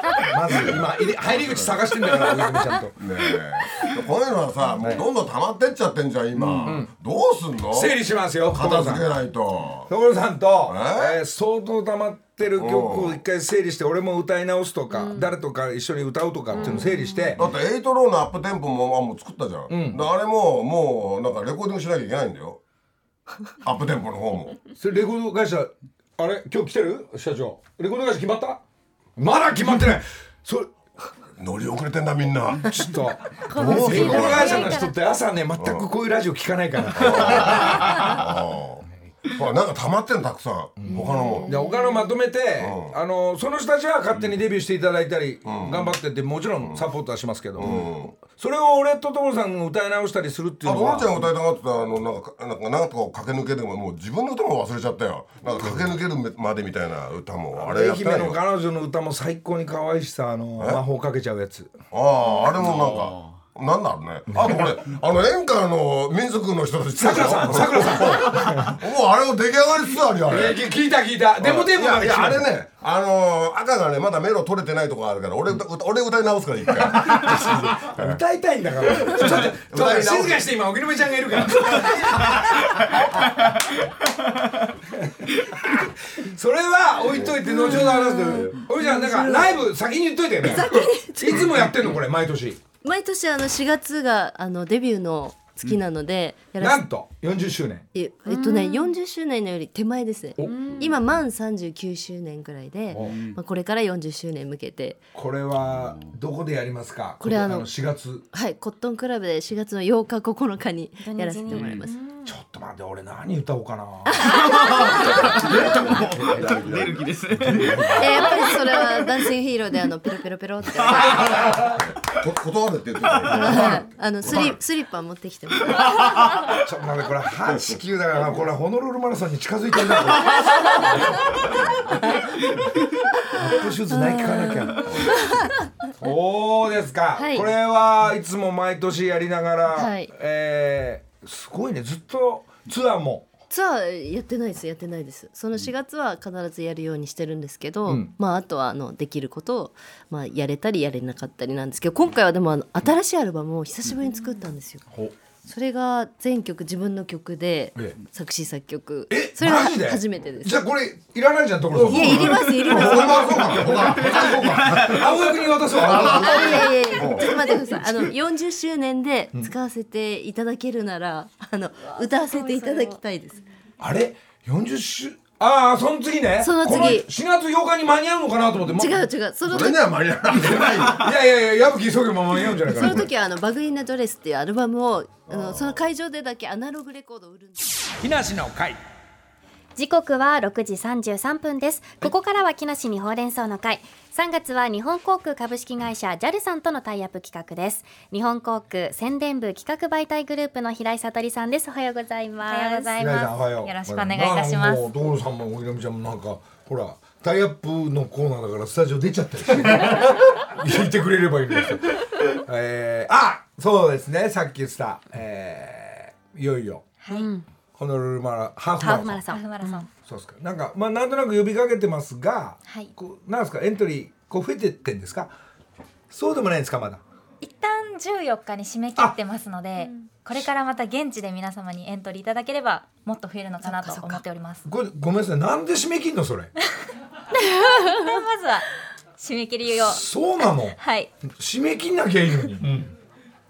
Speaker 2: まず今入り入り口探してんだから大泉ちゃんと
Speaker 3: ねえこういうのはさもうどんどん溜まってっちゃってんじゃん今、どうすんの
Speaker 2: 整理しますよ
Speaker 3: 片
Speaker 2: 所さ
Speaker 3: 付
Speaker 2: ん
Speaker 3: けないと
Speaker 2: 所さんと、
Speaker 3: え
Speaker 2: えー相当溜まってる曲を一回整理して俺も歌い直すとか、誰とか一緒に歌うとかっていうの整理して、
Speaker 3: だってエイトローのアップテンポもあもう作ったじゃん、だからあれももうなんかレコーディングしなきゃいけないんだよアップテンポの方も
Speaker 2: それレコード会社あれ今日来てる社長レコード会社決まったまだ決まってないそれ
Speaker 3: 乗り遅れてんだみんな
Speaker 2: ちょっと
Speaker 3: どうす
Speaker 2: レ
Speaker 3: る
Speaker 2: コ
Speaker 3: の
Speaker 2: ード会社の人って朝ね全くこういうラジオ聞かないから
Speaker 3: ほらなんか溜まってんのたくさん、他のも
Speaker 2: で他のまとめて、あのその人たちは勝手にデビューしていただいたり、頑張ってってもちろんサポートはしますけど、それを俺と所さんが歌い直したりするっていう
Speaker 3: あ
Speaker 2: の
Speaker 3: と
Speaker 2: は
Speaker 3: のちゃんが歌いたがってたあのなんかなんかなんとかを駆け抜けてももう自分の歌も忘れちゃったよなんか駆け抜けるまでみたいな歌もあれやっ
Speaker 2: 愛
Speaker 3: て
Speaker 2: 媛
Speaker 3: ない
Speaker 2: の
Speaker 3: よあ
Speaker 2: 彼女の歌も最高に可愛いしさあの魔法かけちゃうやつ
Speaker 3: ああれもなんかなんだろうねあとこれあの演歌の民族の人たちさくらさんさくらさんもうあれも出来上がりつつあるよあれ
Speaker 2: 聞いた聞いたでもでも
Speaker 3: いやいやあれねあのー赤がねまだメロ取れてないとこあるから俺歌俺歌い直すから一回
Speaker 2: 歌いたいんだからちょっとちょっと
Speaker 3: 歌い直す
Speaker 2: 静かにして今荻野目ちゃんがいるからそれは置いといて後ほど話すけどおじちゃんなんかライブ先に言っといてねいつもやってんのこれ毎年
Speaker 1: 毎年あの4月があのデビューの月なので、や
Speaker 2: な
Speaker 1: らせ
Speaker 2: んと40周年
Speaker 1: ええっとね40周年のより手前ですね
Speaker 2: お
Speaker 1: 今満39周年ぐらいで
Speaker 2: お、
Speaker 1: まあ、これから40周年向けて
Speaker 2: これはどこでやりますか
Speaker 1: これあの
Speaker 2: 4月
Speaker 1: はいコットンクラブで4月の8日9日にやらせてもらいます
Speaker 2: ちょっと待って俺何歌おうかな
Speaker 5: 出る気です ね
Speaker 1: えーやっぱりそれは「ダンシングヒーロー」であのペロペロペロ って
Speaker 3: こ断るって言ってたよ
Speaker 1: はいあのスリスリッパ持ってきてもらって
Speaker 2: ちょっと待ってこれ89だからなこれホノルルマラソンに近づいてるなこれアップシューズないかなきゃそうですか、
Speaker 1: はい
Speaker 2: これはいつも毎年やりながら、
Speaker 1: はい
Speaker 2: えーすごいねずっとツアーも
Speaker 1: ツアーやってないですやってないですその4月は必ずやるようにしてるんですけど、
Speaker 2: ん
Speaker 1: まああとはあのできることを、まあ、やれたりやれなかったりなんですけど今回はでもあの新しいアルバムを久しぶりに作ったんですよ、
Speaker 2: ほ
Speaker 1: それが全曲自分の曲で
Speaker 2: え
Speaker 1: 作詞作曲
Speaker 2: え
Speaker 1: それは
Speaker 2: マジで
Speaker 1: 初めてです
Speaker 2: じゃあこれいらないじゃん所さん
Speaker 1: いやいりますいります
Speaker 2: 青学に渡そう
Speaker 1: あいやいやいやちょっと待ってくださいあの40周年で使わせていただけるなら、あの歌わせていただきたいです
Speaker 2: あれ40周ああその次ね
Speaker 1: その次
Speaker 2: こ4月8日に間に合うのかなと思って
Speaker 1: 違う
Speaker 2: ま
Speaker 1: 違うその
Speaker 3: それ
Speaker 1: 時
Speaker 3: には間に合わないよ
Speaker 2: いやいやいや矢吹急げも間に合うんじゃないか
Speaker 1: そ
Speaker 2: な
Speaker 1: の時はあのバグインナドレスっていうアルバムをあのその会場でだけアナログレコードを売るんです。
Speaker 2: 木梨の会
Speaker 4: 時刻は6時33分ですここからは木梨にほうれん草の会3月は日本航空株式会社 JAL さんとのタイアップ企画です日本航空宣伝部企画媒体グループの平井さとりさんですおはようござい
Speaker 6: お
Speaker 4: ます
Speaker 6: はようござ
Speaker 2: 平
Speaker 6: い
Speaker 2: 井さんおは
Speaker 6: ま
Speaker 2: よう
Speaker 6: す。よろしくお願いいたしま
Speaker 2: なあも
Speaker 6: す
Speaker 2: う。所さんも荻野目ちゃんもなんかほらタイアップのコーナーだからスタジオ出ちゃったりして 聞いてくれればいいんですよえー、あそうですねさっき言ってたえー、いよいよ
Speaker 6: はい。
Speaker 2: ホノルルマラハーフマラソ
Speaker 4: ハーフ
Speaker 2: ン
Speaker 4: マラソ
Speaker 6: ハーフ
Speaker 4: ン
Speaker 6: マラソン。
Speaker 2: そうですかなんかまあなんとなく呼びかけてますが、
Speaker 6: はい
Speaker 2: こうなんですかエントリーこう増えてってんですかそうでもないんですかまだ
Speaker 6: 一旦14日に締め切ってますので、これからまた現地で皆様にエントリーいただければもっと増えるのかなと思っております。
Speaker 2: これごめんなさいなんで締め切るのそれ
Speaker 6: で まずは締め切りを
Speaker 2: そうなの
Speaker 6: はい
Speaker 2: 締め切んなきゃいいのに、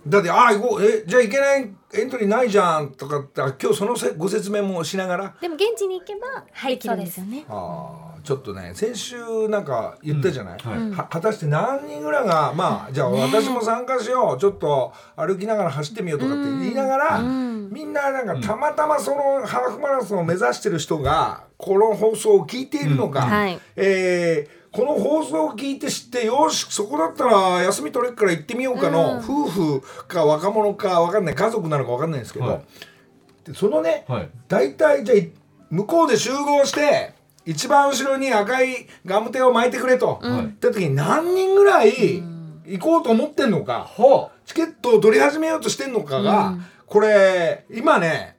Speaker 2: だってああ行こうえじゃあいけないエントリーないじゃんとかってあ今日そのせご説明もしながら
Speaker 4: でも現地に行けば
Speaker 6: はい
Speaker 4: できるんですよね、
Speaker 2: あーちょっとね先週なんか言ったじゃない、は果たして何人ぐらいがまあじゃあ私も参加しようちょっと歩きながら走ってみようとかって言いながら、みんななんかたまたまそのハーフマラソンを目指してる人がこの放送を聞いているのか、
Speaker 4: んはい
Speaker 2: えーこの放送を聞いて知ってよしそこだったら休み取れっから行ってみようかの、夫婦か若者か分かんない家族なのか分かんないんですけど、
Speaker 7: はい
Speaker 2: でそのね、
Speaker 7: はい
Speaker 2: 大体じゃあい向こうで集合して一番後ろに赤いガムテを巻いてくれと、
Speaker 7: ん
Speaker 2: って時に何人ぐらい行こうと思ってんのか、チケットを取り始めようとしてんのかが、これ今ね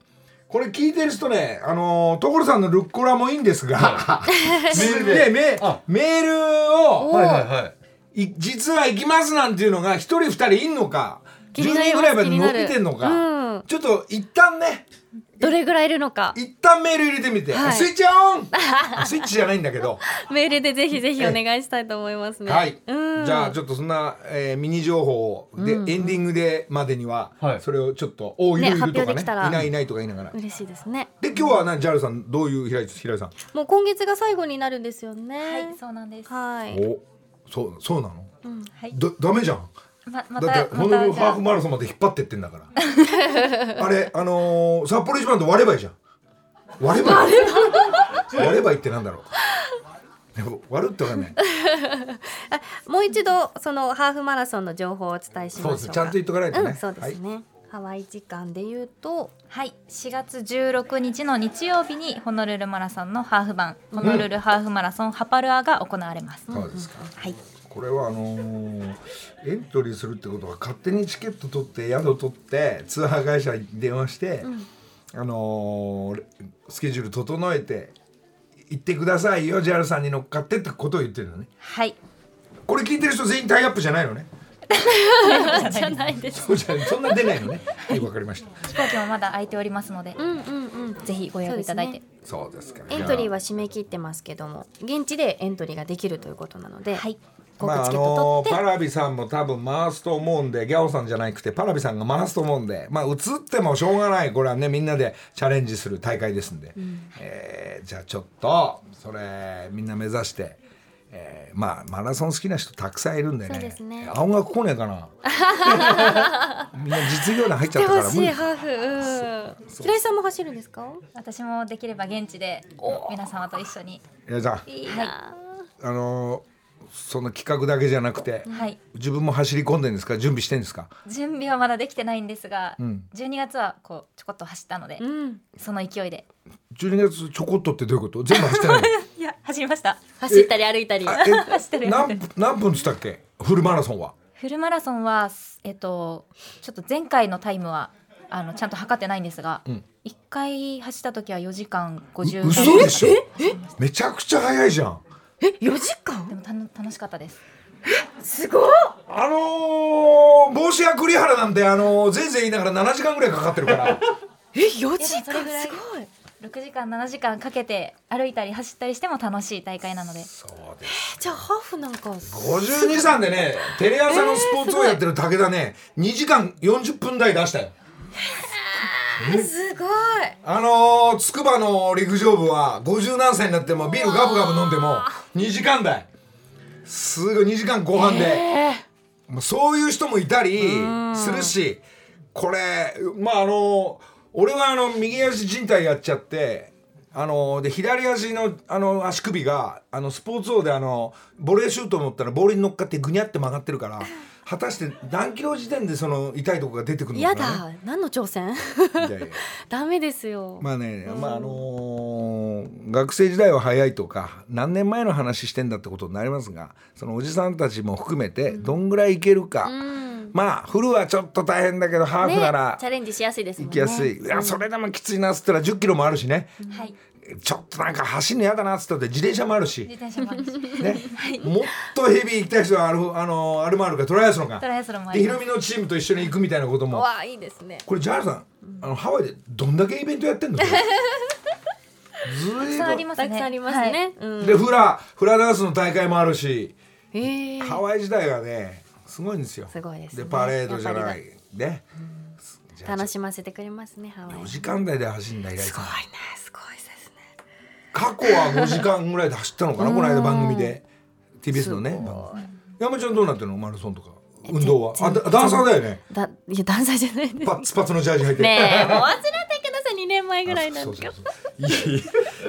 Speaker 2: これ聞いてる人ね、あのー所さんのルッコラもいいんですが、 メールで、メ
Speaker 7: あ
Speaker 2: メールを、
Speaker 7: はいはいはい
Speaker 2: い実は行きますなんていうのが一人二人いんのか
Speaker 4: 気
Speaker 2: 10
Speaker 4: になり
Speaker 2: 人
Speaker 4: ま
Speaker 2: ぐ
Speaker 4: す
Speaker 2: らいまで
Speaker 4: 気になる
Speaker 2: 伸びてんのか、
Speaker 4: うん
Speaker 2: ちょっと一旦ね
Speaker 4: どれぐらいいるのか
Speaker 2: 一旦メール入れてみて、
Speaker 4: はい
Speaker 2: スイッチオ ンあスイッチじゃないんだけど
Speaker 4: メールでぜひぜひお願いしたいと思いますね
Speaker 2: はい、
Speaker 4: うん
Speaker 2: じゃあちょっとそんな、えーミニ情報をで、エンディングでまでには、
Speaker 7: はい
Speaker 2: それをちょっと「おういるい
Speaker 4: ね
Speaker 2: る」とか
Speaker 4: 発表
Speaker 2: ね
Speaker 4: できたら
Speaker 2: いないいない」とか言いながら。
Speaker 4: 嬉しいですね
Speaker 2: で今日は何ジャルさんどういう平井平井さん、
Speaker 4: もう今月が最後になるんですよね
Speaker 6: はいそうなんです
Speaker 4: はい
Speaker 2: おそうそうなの、
Speaker 6: はい
Speaker 2: だダメじゃん
Speaker 6: まま
Speaker 2: だ
Speaker 6: た
Speaker 2: ってホ
Speaker 6: ま
Speaker 2: ノルル
Speaker 6: たじ
Speaker 2: ハ
Speaker 6: ゃ
Speaker 2: ーフマラソンまで引っ張ってってんだからあれあのー、札幌一番と割ればいいじゃん割ればいい割ればいいってなんだろうでも割るってわかんない
Speaker 4: もう一度そのハーフマラソンの情報をお伝えしまし
Speaker 2: そ
Speaker 4: ょ
Speaker 2: うで
Speaker 4: うか
Speaker 2: すちゃんと言っとかないとね、
Speaker 4: うんそうですね、ハワイ時間で言うと
Speaker 6: はい4月16日の日曜日にホノルルマラソンのハーフ版ホノルルハーフマラソンハパルアが行われます、
Speaker 2: はい、そうですか
Speaker 6: はい
Speaker 2: これはあのーエントリーするってことは勝手にチケット取って宿取ってツアー会社に電話して、あのースケジュール整えて行ってくださいよ JAL さんに乗っかってってことを言ってるのね
Speaker 6: はい
Speaker 2: これ聞いてる人全員タイアップじゃないのね
Speaker 4: じゃないです
Speaker 2: そうじゃないそんな出ないのねはいわかりました
Speaker 6: 飛行機もまだ空いておりますので、
Speaker 4: うんうんうん
Speaker 6: ぜひご予約いただいて、
Speaker 4: そう
Speaker 2: そうですか
Speaker 4: エントリーは締め切ってますけども現地でエントリーができるということなので、
Speaker 6: はい
Speaker 4: 航
Speaker 2: まあ
Speaker 4: 空
Speaker 2: あ
Speaker 4: チケッ
Speaker 2: の
Speaker 4: ト
Speaker 2: ー
Speaker 4: 取っ
Speaker 2: パ
Speaker 4: て、
Speaker 2: ラビさんも多分回すと思うんでギャオさんじゃなくてパラビさんが回すと思うんでまあ映ってもしょうがないこれはねみんなでチャレンジする大会ですんで、えーじゃあちょっとそれみんな目指して、えーまあマラソン好きな人たくさんいるんでね
Speaker 4: そうですね
Speaker 2: 青学来ねえか なみんな実業団入っちゃったから
Speaker 4: 来てほし
Speaker 2: 無
Speaker 4: い
Speaker 2: 理
Speaker 4: ハーフうん平井さんも走るんですか
Speaker 6: 私もできれば現地で皆様と一緒に
Speaker 2: 皆さん
Speaker 4: いいな
Speaker 2: あのーその企画だけじゃなくて、
Speaker 6: はい
Speaker 2: 自分も走り込んでるんですか準備してるんですか
Speaker 6: 準備はまだできてないんですが、
Speaker 2: ん
Speaker 6: 12月はこうちょこっと走ったので、
Speaker 4: うん
Speaker 6: その勢いで
Speaker 2: 12月ちょこっとってどういうこと全部走ってないの
Speaker 6: いや走りました
Speaker 4: 走ったり歩いたり
Speaker 2: あえ
Speaker 6: 走ってる
Speaker 2: 何何分っつったっけフルマラソンは
Speaker 6: フルマラソンはえっとちょっと前回のタイムはあのちゃんと測ってないんですが、一1回走った時は4時間50
Speaker 2: 嘘でしょめちゃくちゃ早いじゃん
Speaker 4: え4時間
Speaker 6: でもたの楽しかったです
Speaker 4: すごい
Speaker 2: あのー、帽子や栗原なんてあのー、ぜいぜい言いながら7時間ぐらいかかってるから
Speaker 4: え4時
Speaker 6: いやそれ
Speaker 4: 間
Speaker 6: ぐらい
Speaker 4: すごい
Speaker 6: 6時間7時間かけて歩いたり走ったりしても楽しい大会なので
Speaker 2: そうです
Speaker 4: じゃあハーフなんか
Speaker 2: 52歳でねテレ朝のスポーツをやってる武田ね2時間40分台出したよ
Speaker 4: すごい
Speaker 2: あのー、筑波の陸上部は50何歳になってもビールガブガブ飲んでも2時間台すごい2時間後半で、もうそういう人もいたりするしこれまああの俺はあの右足靭帯やっちゃってあので左足のあの足首があのスポーツ王であのボレーシュートを持ったらボールに乗っかってぐにゃって曲がってるから果たして何キロ時点でその痛いとこが出てくるの
Speaker 4: や
Speaker 2: かな、
Speaker 4: だ何の挑戦
Speaker 2: いやいや
Speaker 4: ダメですよ、
Speaker 2: まあね、まああのー学生時代は早いとか何年前の話してんだってことになりますがそのおじさんたちも含めてどんぐらいいけるか、まあフルはちょっと大変だけどハーフな
Speaker 4: ね
Speaker 2: ら、
Speaker 4: チャレンジしやすいですもん
Speaker 2: 行
Speaker 4: ね
Speaker 2: きやすい,、いやそれでもきついなっつったら1 0キロもあるしね、
Speaker 6: はい
Speaker 2: ちょっとなんか走るの嫌だなっつったって自転車もあるし、
Speaker 6: 自
Speaker 2: ね
Speaker 6: 転車もあるし
Speaker 2: もっとヘビー行きたい人はあるあのあるもあるかトライアスロンか
Speaker 6: トライアスロンもあ
Speaker 2: で
Speaker 6: り
Speaker 2: ヒ
Speaker 6: ま
Speaker 2: ロ
Speaker 6: す
Speaker 2: ミのチームと一緒に行くみたいなことも
Speaker 4: わあいいですね
Speaker 2: これジャールさん、あのハワイでどんだけイベントやってんの？これず
Speaker 6: たく
Speaker 2: い
Speaker 6: さんあり
Speaker 2: ぶ
Speaker 6: ます
Speaker 4: た
Speaker 6: ね
Speaker 4: くさんありますね、うん
Speaker 2: ん。でフラフラダンスの大会もあるし、
Speaker 4: えー
Speaker 2: ハワイ時代がねすごいんですよ。
Speaker 4: すごいですね
Speaker 2: でパレードじゃないね。じ
Speaker 4: 楽しませてくれますねハワイ
Speaker 2: 4時間台で走んだ平井さん
Speaker 1: ねすごいですね
Speaker 2: 過去は5時間ぐらいで走ったのかなこの間番組で TBS のね番組山ちゃんどうなってるのマラソンとか運動はあだダンサーだよね
Speaker 4: だいやダンサーじゃないです
Speaker 2: パッツパツのジャージ 履いて
Speaker 4: ねえもう忘れてください2年前ぐらいなん
Speaker 2: そう
Speaker 4: です
Speaker 2: そ
Speaker 4: け
Speaker 2: う
Speaker 4: ど
Speaker 2: そうい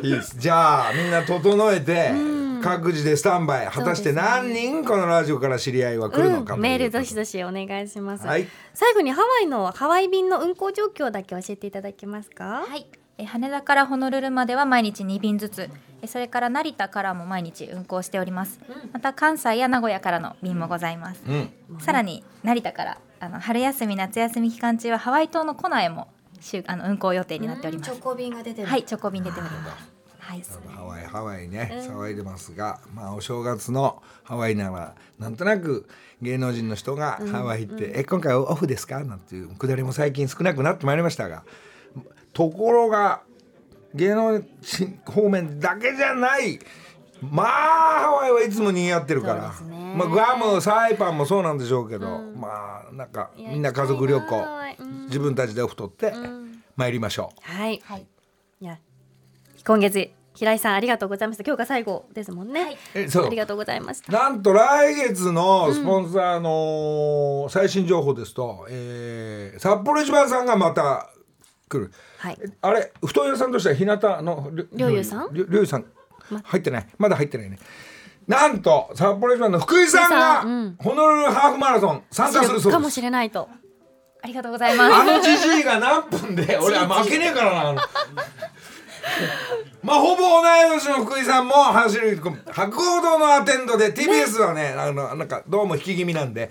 Speaker 2: いいいですじゃあみんな整えて各自でスタンバイ果たして何人このラジオから知り合いは来るのか
Speaker 4: うん、メールどしどしお願いします、
Speaker 2: はい
Speaker 4: 最後にハワイのハワイ便の運行状況だけ教えていただけますか
Speaker 6: はい、えー羽田からホノルルまでは毎日2便ずつえーそれから成田からも毎日運行しております、また関西や名古屋からの便もございます、
Speaker 2: うん
Speaker 6: さらに成田からあの春休み夏休み期間中はハワイ島のコナへも週あの運行予定になっております、
Speaker 4: コ便が出て
Speaker 6: はい直行便出ておりますはい
Speaker 2: ハワイハワイね騒いでますが、まあお正月のハワイならなんとなく芸能人の人がハワイ行って「え今回オフですか?」なんていうくだりも最近少なくなってまいりましたがところが芸能人方面だけじゃないまあハワイはいつもにぎわってるから、
Speaker 4: そうですね
Speaker 2: まあ、グアムサイパンもそうなんでしょうけど、まあなんかみんな家族旅
Speaker 4: いや行きたいなハワ
Speaker 2: 行
Speaker 4: イうん
Speaker 2: 自分たちでオフ取って参りましょう。
Speaker 4: はい、い、や今月平井さんありがとうございました今日が最後ですもんね、
Speaker 2: えそう
Speaker 4: ありがとうございました
Speaker 2: なんと来月のスポンサーの最新情報ですと、えー札幌一番さんがまた来る。
Speaker 4: はい
Speaker 2: えあれ布団屋さんとしては日向のりょ
Speaker 4: りょうゆさん
Speaker 2: りょりょうゆさん入ってないまだ入ってないね。なんと札幌一番の福井さんが
Speaker 4: 福井さんうん
Speaker 2: ホノルルハーフマラソン参加するそう
Speaker 4: か
Speaker 2: で
Speaker 4: も
Speaker 2: す。
Speaker 4: しれないと
Speaker 6: ありがとうございます
Speaker 2: あのじじいが何分で俺は負けねえからなあの。まあほぼ同い年の福井さんも走る博報堂のアテンドで TBS はねあのなんかどうも引き気味なんで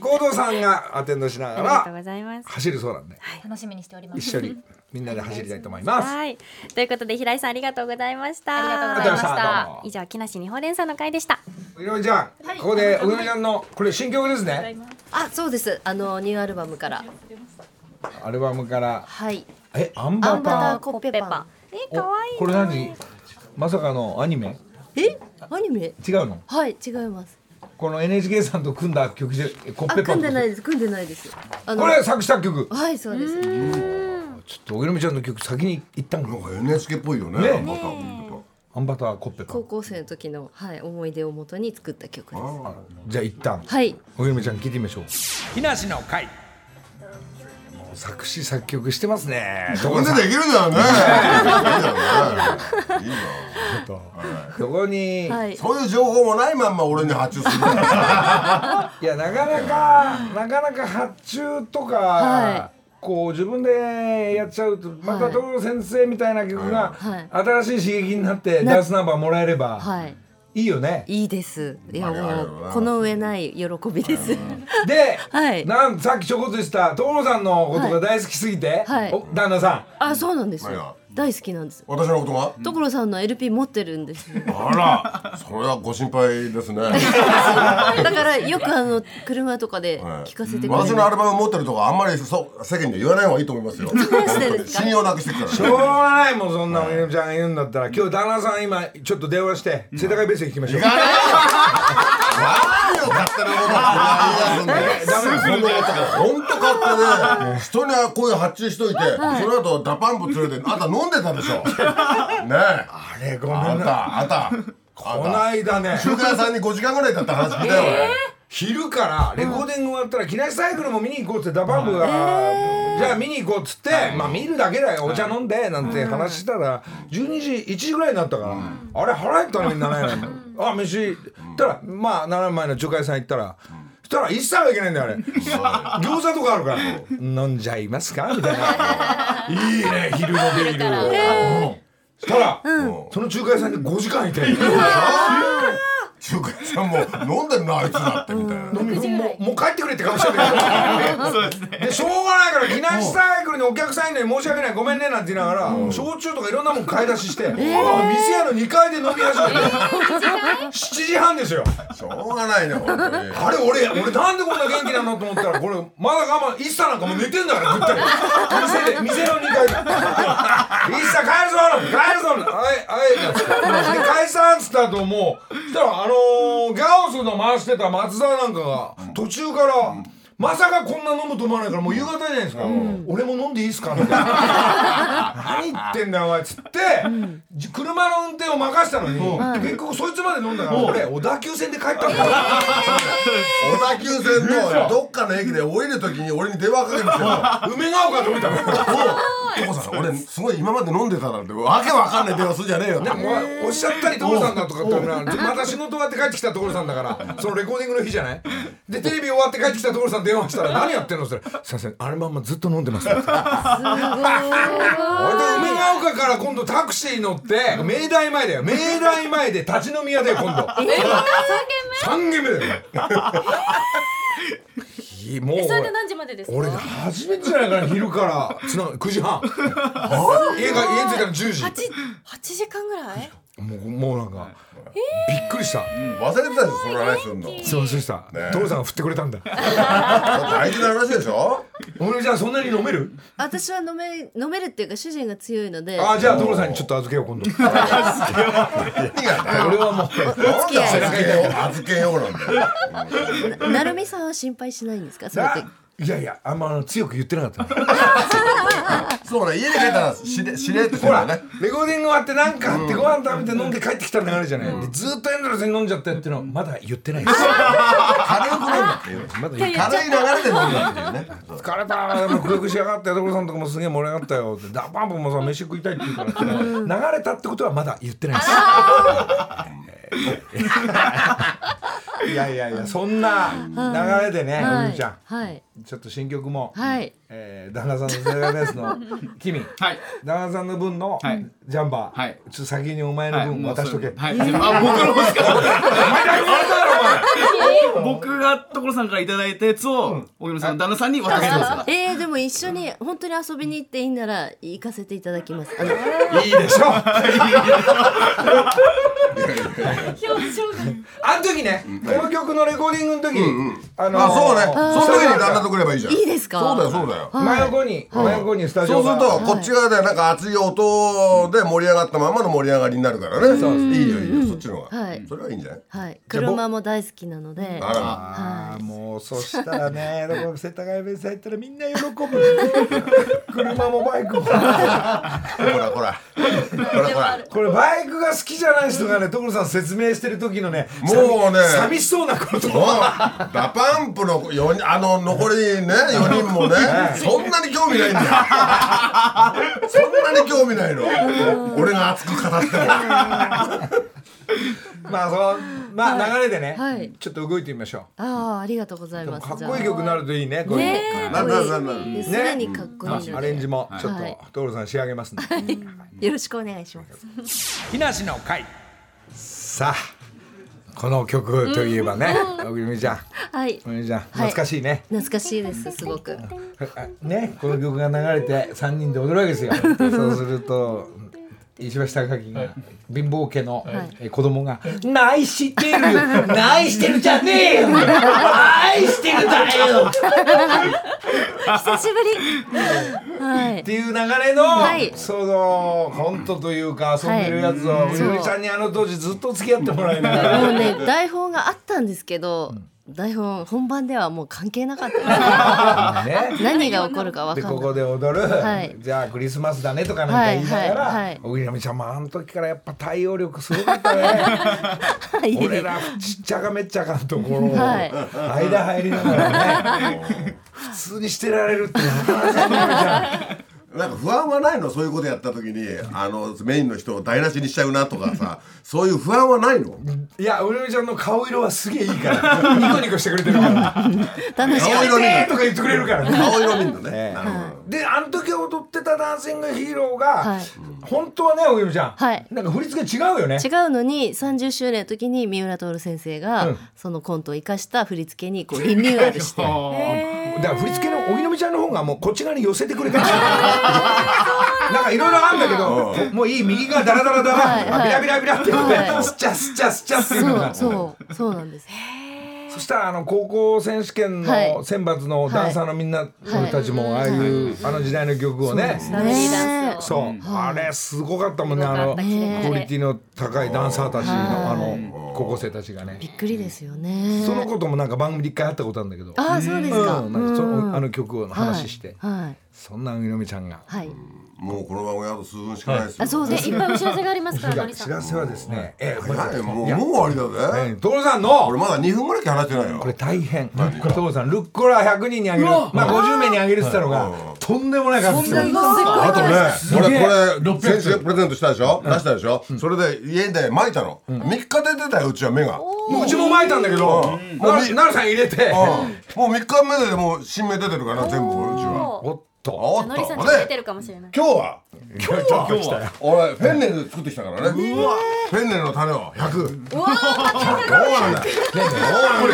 Speaker 2: 報堂さんがアテンドしな
Speaker 4: あ
Speaker 2: が
Speaker 4: りがとう
Speaker 2: ら
Speaker 4: ございます
Speaker 2: 走るそうなんで
Speaker 6: 楽しみにしております
Speaker 2: 一緒にみんなで走りたいと思います。
Speaker 4: はいということで平井さんありがとうございました
Speaker 6: ありがとうございま
Speaker 2: あ
Speaker 6: す
Speaker 2: りがとうございましたどうも
Speaker 4: 以上木梨にほうれん草の会でした
Speaker 2: いろいろちゃん、ここで、おぐみちゃんの、これ新曲ですね。
Speaker 1: あそうですあのニューアルバムから
Speaker 2: アルバムから、
Speaker 1: はい
Speaker 2: え、アン
Speaker 1: ア
Speaker 2: バ
Speaker 1: ンバター
Speaker 2: ター。
Speaker 1: コッペパン
Speaker 4: え可愛い
Speaker 2: これ何、まさかのアニメ、
Speaker 1: えアニメ
Speaker 2: 違うの、
Speaker 1: はい違います
Speaker 2: この N. H. K. さんと組んだ曲じゃ、えコッ
Speaker 1: あ
Speaker 2: ペパ
Speaker 1: 組
Speaker 2: ン。
Speaker 1: んでないです組んでないですあの
Speaker 2: これ作詞作曲。
Speaker 1: はいそうです
Speaker 2: ちょっと荻野目ちゃんの曲先に一旦
Speaker 3: なんか NHK っぽいよね
Speaker 2: ね
Speaker 3: また本
Speaker 2: アンバターコッペパ
Speaker 1: 高
Speaker 2: ン
Speaker 1: 校生の時のはい思い出をもとに作った曲です
Speaker 3: 当あ
Speaker 2: じゃあ一旦
Speaker 1: はい
Speaker 2: 荻野目ちゃん聞いてみましょう木梨の会もう作詞作曲してますね
Speaker 3: こ
Speaker 2: 所
Speaker 3: れ
Speaker 2: さん
Speaker 3: でできるんだよねいいな
Speaker 2: そこに、、
Speaker 1: はいい
Speaker 3: そういう情報もないまんま俺に発注 するから
Speaker 2: やなかなかなかなか発注とか、
Speaker 1: は
Speaker 2: こう自分でやっちゃうとまた
Speaker 1: はい
Speaker 2: 所先生みたいな曲が
Speaker 1: はい
Speaker 2: 新しい刺激になってダンスナンバーもらえれば、
Speaker 1: はい
Speaker 2: い、いよね
Speaker 1: いいですいや
Speaker 3: まあ
Speaker 1: も
Speaker 3: やる
Speaker 1: う
Speaker 3: な
Speaker 1: この上ない喜びです
Speaker 2: で、
Speaker 1: はい
Speaker 2: なんさっきちょこっと言ってた所さんのことが大好きすぎて、
Speaker 1: はい
Speaker 2: お旦那さん
Speaker 1: あそうなんです
Speaker 3: まあや
Speaker 1: よ大好きなんです
Speaker 3: 私のことが
Speaker 1: 所さんの LP 持ってるんですよ
Speaker 3: あらそれはご心配です ね
Speaker 1: だからよくあの車とかで聞かせてくれ
Speaker 3: 私
Speaker 1: る
Speaker 3: のアルバム持ってるとかあんまりそう世間には言わない方がいいと思います よ
Speaker 1: そうですか
Speaker 3: 信用なくしてく
Speaker 2: しょう
Speaker 3: か
Speaker 2: がないもんそんなおゆみちゃんが言うんだったら今日旦那さん今ちょっと電話して世田谷ベース行きましょう、
Speaker 3: ら何よ勝手なことは言い出すんだよ
Speaker 2: ダメだ
Speaker 3: 本当勝手で人にはこういう発注しといて、その後ダパンプ連れてあんた飲んでたでしょねえ
Speaker 2: あれごめん
Speaker 3: あん
Speaker 2: な
Speaker 3: たあんた
Speaker 2: こ
Speaker 3: こ
Speaker 2: の間 ね
Speaker 3: 中華屋さんに5時間ぐらいだった話聞いたよ俺、
Speaker 2: 昼からレコーディング終わったら「木梨サイクルも見に行こう」ってダバンブが「じゃあ見に行こう」っつって「まあ見るだけだよお茶飲んで」なんて話したら12時1時ぐらいになったから「あれ払えたのに7円」あ飯」たらまあ7円前の中華屋さん行ったら。そしたら一切はいけないんだよあれ餃子とかあるから飲んじゃいますかみたいないいね昼のビールをそしたらその中華屋さんに5時間いて
Speaker 3: 中華屋さんも飲んでんなあいつだってみたいな、
Speaker 2: 飲みもうもう帰ってくれって顔してるから
Speaker 5: そうですね
Speaker 2: でしょうがないから木梨サイクルにお客さんいるのに申し訳ないごめんねなんて言いながら焼酎とかいろんなもん買い出しして、あ店屋の2階で飲み 始めて、7時半ですよ
Speaker 3: しょうがないね本当に
Speaker 2: あれ俺俺なんでこんな元気なのと思ったらこれまだ我慢一茶なんかもう寝てんだからぐったり店で店の2階で「一茶帰るぞ帰るぞ!」はいはい」なんつってで解散っつった後もうそしたらあのーギャオスの回してた松田なんかが途中から。まさかこんな飲むと思わないからもう夕方じゃないですか、俺も飲んでいいですかみたいな何言ってんだよお前っつって、じ車の運転を任せたのに、結局そいつまで飲んだから俺小田急線で帰ったんだよ、
Speaker 3: 小田急線のどっかの駅で降りる時に俺に電話かけてきて
Speaker 2: 梅ヶ丘で降りたのよ
Speaker 3: おう所さん俺すごい今まで飲んでたなんてわけわかんない電話するじゃねえよ
Speaker 2: でもまあおっしゃったり所さんだとかって俺らまた仕事終わって帰ってきた所さんだ からそのレコーディングの日じゃないでテレビ終わって帰ってきた所さん電話したら何やってんのそれすいませんあれまんまずっと飲んでますす ごいで梅ヶ丘から今度タクシー乗って明大前だよ明大前で立ち飲み屋だよ今 度3軒目 ?3 軒目だ よいいもう
Speaker 7: それで何時までですか
Speaker 2: 俺初めてじゃない かな昼からつな9時半家が家に着いたの10時
Speaker 7: 8, 8時間ぐらい
Speaker 2: もうもうなんか、びっくりした。
Speaker 3: 忘れてたでしょその話すんの
Speaker 2: すいませんでした。父さんが振ってくれた んだ。
Speaker 3: 大事な話でしょ
Speaker 2: 俺じゃあそんなに飲める？
Speaker 1: 私は飲め飲めるっていうか主人が強いので
Speaker 2: あじゃあ所さんにちょっと預けよう今度。
Speaker 3: 何がだよ
Speaker 2: 俺はもう
Speaker 1: お付き合い
Speaker 3: 預けよう預けようなんだ
Speaker 1: な
Speaker 3: よ
Speaker 1: なるみさんは心配しないんですかそうやって
Speaker 2: な。 いやいやあんまあの強く言ってなか った。
Speaker 3: そうね家に帰ったらしれしれっとす
Speaker 2: ほ
Speaker 3: る
Speaker 2: ら
Speaker 3: よね
Speaker 2: レコーディング終わってなんかあってご飯食べて飲んで帰ってきた流れじゃない。でずっとエンドレスに飲んじゃったっていうのはまだ言ってないです。
Speaker 3: 軽く飲んだっていう
Speaker 2: まだ言ってない
Speaker 3: 軽い流れで飲んだっていうね
Speaker 2: 疲れたーでも空腹しやがって所さんとかもすげえ盛り上がったよってダパンプもさ飯食いたいって言うから流れたってことはまだ言ってない です。いやいやいやそんな流れでね、
Speaker 1: は
Speaker 2: お
Speaker 1: い
Speaker 2: みちゃ
Speaker 1: はい
Speaker 2: んちょっと新曲も、
Speaker 1: はい
Speaker 2: えー旦那さんのセーラーベースの君
Speaker 5: はい
Speaker 2: 旦那さんの分の
Speaker 5: はい
Speaker 2: ジャンバー、
Speaker 5: はい
Speaker 2: ちょっと先にお前
Speaker 5: は
Speaker 2: の
Speaker 5: い
Speaker 2: 分
Speaker 5: もうそ
Speaker 2: 渡しとけ、
Speaker 5: れはい全部あ僕のですか
Speaker 2: お前だけ言われただろお前
Speaker 5: 僕が所さんからいただいたやつを小木さんの旦那さんに渡してますか
Speaker 1: えー、でも一緒に本当に遊びに行っていいなら行かせていただきますあの
Speaker 2: いいでしょあの時ね、この曲のレコーディングの時、あのー
Speaker 3: あそうねその時に旦那とくればいいじゃん
Speaker 1: いいですか
Speaker 3: そうだよそうだよ
Speaker 2: 真横に、真横にスタジ
Speaker 3: そ
Speaker 2: オ
Speaker 3: うするとこっち側でなんか熱い音で盛り上がったままの盛り上がりになるからねいいよいいよそっちの方
Speaker 1: は
Speaker 3: が
Speaker 1: い
Speaker 3: それはいいんじゃない
Speaker 1: はい車も大好きなので
Speaker 3: あらま
Speaker 2: ああもうそしたら ねどこ世田谷ベース入ったらみんな喜ぶ車もバイクも
Speaker 3: ほらほらほらほら
Speaker 2: これバイクが好きじゃない人がね所さん説明してる時のね
Speaker 3: もうね
Speaker 2: 寂寂しそうなこと
Speaker 3: そうダパンプの四人あの残りね4人もねそんなに興味ない んだよそんなに興味ないの俺が熱く語っても
Speaker 2: まあそうまあ流れでね、
Speaker 1: はい
Speaker 2: ちょっと動いてみましょ
Speaker 1: ああありがとうございう
Speaker 2: で
Speaker 1: ま
Speaker 2: も
Speaker 1: す
Speaker 2: かっこいい曲になるといいねこういうの
Speaker 1: ねえかっこ
Speaker 3: なななない
Speaker 1: いです
Speaker 2: ね
Speaker 1: ねにかっこいいので
Speaker 2: アレンジもちょっ
Speaker 1: は
Speaker 2: と
Speaker 1: い
Speaker 2: 所さん仕上げますね
Speaker 1: よろしくお願いします
Speaker 2: 木梨の会さあこの曲といえばねおぐみちゃん
Speaker 1: はい
Speaker 2: おぐみちゃん懐かしいね、
Speaker 1: 懐かしいですすごく
Speaker 2: あねこの曲が流れて3人で踊るわけ ですよそうすると石橋貴明が貧乏家の
Speaker 1: い
Speaker 2: え子供が「ないしてるよないしてるじゃねえよないしてるだよ」
Speaker 1: 久しぶりはい
Speaker 2: っていう流れの、
Speaker 1: はい
Speaker 2: そのコントというか遊んでるやつを、
Speaker 1: はい
Speaker 2: ゆりちゃんにあの当時ずっと付き合ってもらいなが
Speaker 1: も
Speaker 2: ら
Speaker 1: うね台本があったんですけど台本本番ではもう関係なかったです
Speaker 2: ね
Speaker 1: 何が起こるかわ
Speaker 2: で
Speaker 1: かん
Speaker 2: こ
Speaker 1: ない
Speaker 2: こで踊る、
Speaker 1: はい
Speaker 2: じゃあクリスマスだねとかなんか言いながら、
Speaker 1: はいはいはい
Speaker 2: 小木ちゃんもあの時からやっぱ対応力すご かったね俺らちっちゃかめっちゃかのところを
Speaker 1: はい
Speaker 2: 間入りながらね普通にしてられるってなかなか
Speaker 3: なんか不安はないのそういうことやった時にあのメインの人を台無しにしちゃうなとかさそういう不安はないの
Speaker 2: いやうるみちゃんの顔色はすげえいい からニコニコしてくれてるから「
Speaker 1: 楽し
Speaker 3: 顔
Speaker 2: 顔色
Speaker 3: 色見
Speaker 2: ね
Speaker 3: る」
Speaker 2: とか言ってくれるからね
Speaker 3: 顔色見るのね
Speaker 2: ええ
Speaker 3: なるほど
Speaker 2: であの時踊ってたダンシングヒーローが、
Speaker 1: はい
Speaker 2: 本当はねおぎみちゃん、
Speaker 1: はい
Speaker 2: なんか振り付け違うよね
Speaker 1: 違うのに30周年の時に三浦徹先生が、そのコントを生かした振り付けにこうリニューアルして
Speaker 2: だから振り付けの荻野目ちゃんの方がもうこっち側に寄せてくれたなんかいろいろあるんだけど、もういい右側ダラダラダラ、
Speaker 1: はいはい
Speaker 2: ビラビラビラって言って、
Speaker 1: はい
Speaker 2: すっちゃすっちゃすっちゃっていうの
Speaker 1: そ
Speaker 2: が
Speaker 1: うそうそうなんです
Speaker 2: そしたらあの高校選手権
Speaker 6: はい
Speaker 2: の選抜のダンサーのみんな俺たちもああいうあの時代の曲をね
Speaker 1: ダメダンス
Speaker 2: そうあれすごかったもんねあのク
Speaker 1: ね
Speaker 2: オリティの高いダンサーたちのあの高校生たちがね
Speaker 1: びっくりですよね
Speaker 2: そのこともなんか番組で一回あったことあるんだけど
Speaker 1: ああそうですか,、
Speaker 2: うんなんかそ
Speaker 1: うん
Speaker 2: あの曲の話して
Speaker 1: はい
Speaker 2: そんな荻野目ちゃんが
Speaker 1: はい、
Speaker 3: もうこの番組あと数分しかないですよ
Speaker 1: あそう
Speaker 3: ね
Speaker 1: で
Speaker 7: ね、
Speaker 1: す
Speaker 7: いっぱいお知らせがありますから、のりさ
Speaker 2: 知
Speaker 7: ん。
Speaker 2: らせはですねええごめんなさ
Speaker 3: 早い
Speaker 2: い
Speaker 3: もう
Speaker 2: いや
Speaker 3: もう終わりだ
Speaker 2: え
Speaker 3: ぜ
Speaker 2: え徹さんの
Speaker 3: 俺まだ2分ぐらいしか話してないよ
Speaker 2: これ大変所さんルッコラ100人にあげるまあ50名にあげるって言ったのがとんでもない数ですよ
Speaker 3: あと
Speaker 2: げえ
Speaker 3: ね、俺これ
Speaker 2: 600
Speaker 3: 先週プレゼントしたでしょ出したでしょそれで家で巻いたの3日で出たようちは目が
Speaker 2: もううちも巻いたんだけどななるさん入れて
Speaker 3: うんもう3日目でもう新芽出てるから全部うちは
Speaker 2: おっと
Speaker 3: あ
Speaker 7: のりさん
Speaker 3: あ
Speaker 7: ちょっ
Speaker 3: っ
Speaker 7: と出
Speaker 3: た
Speaker 7: て
Speaker 3: で
Speaker 7: るかもしれない。
Speaker 3: 今日は
Speaker 2: 今日は来たよ
Speaker 3: 俺フェンネル作ってきたからねフェンネルの種を100どうなんだよどうなんだよどうな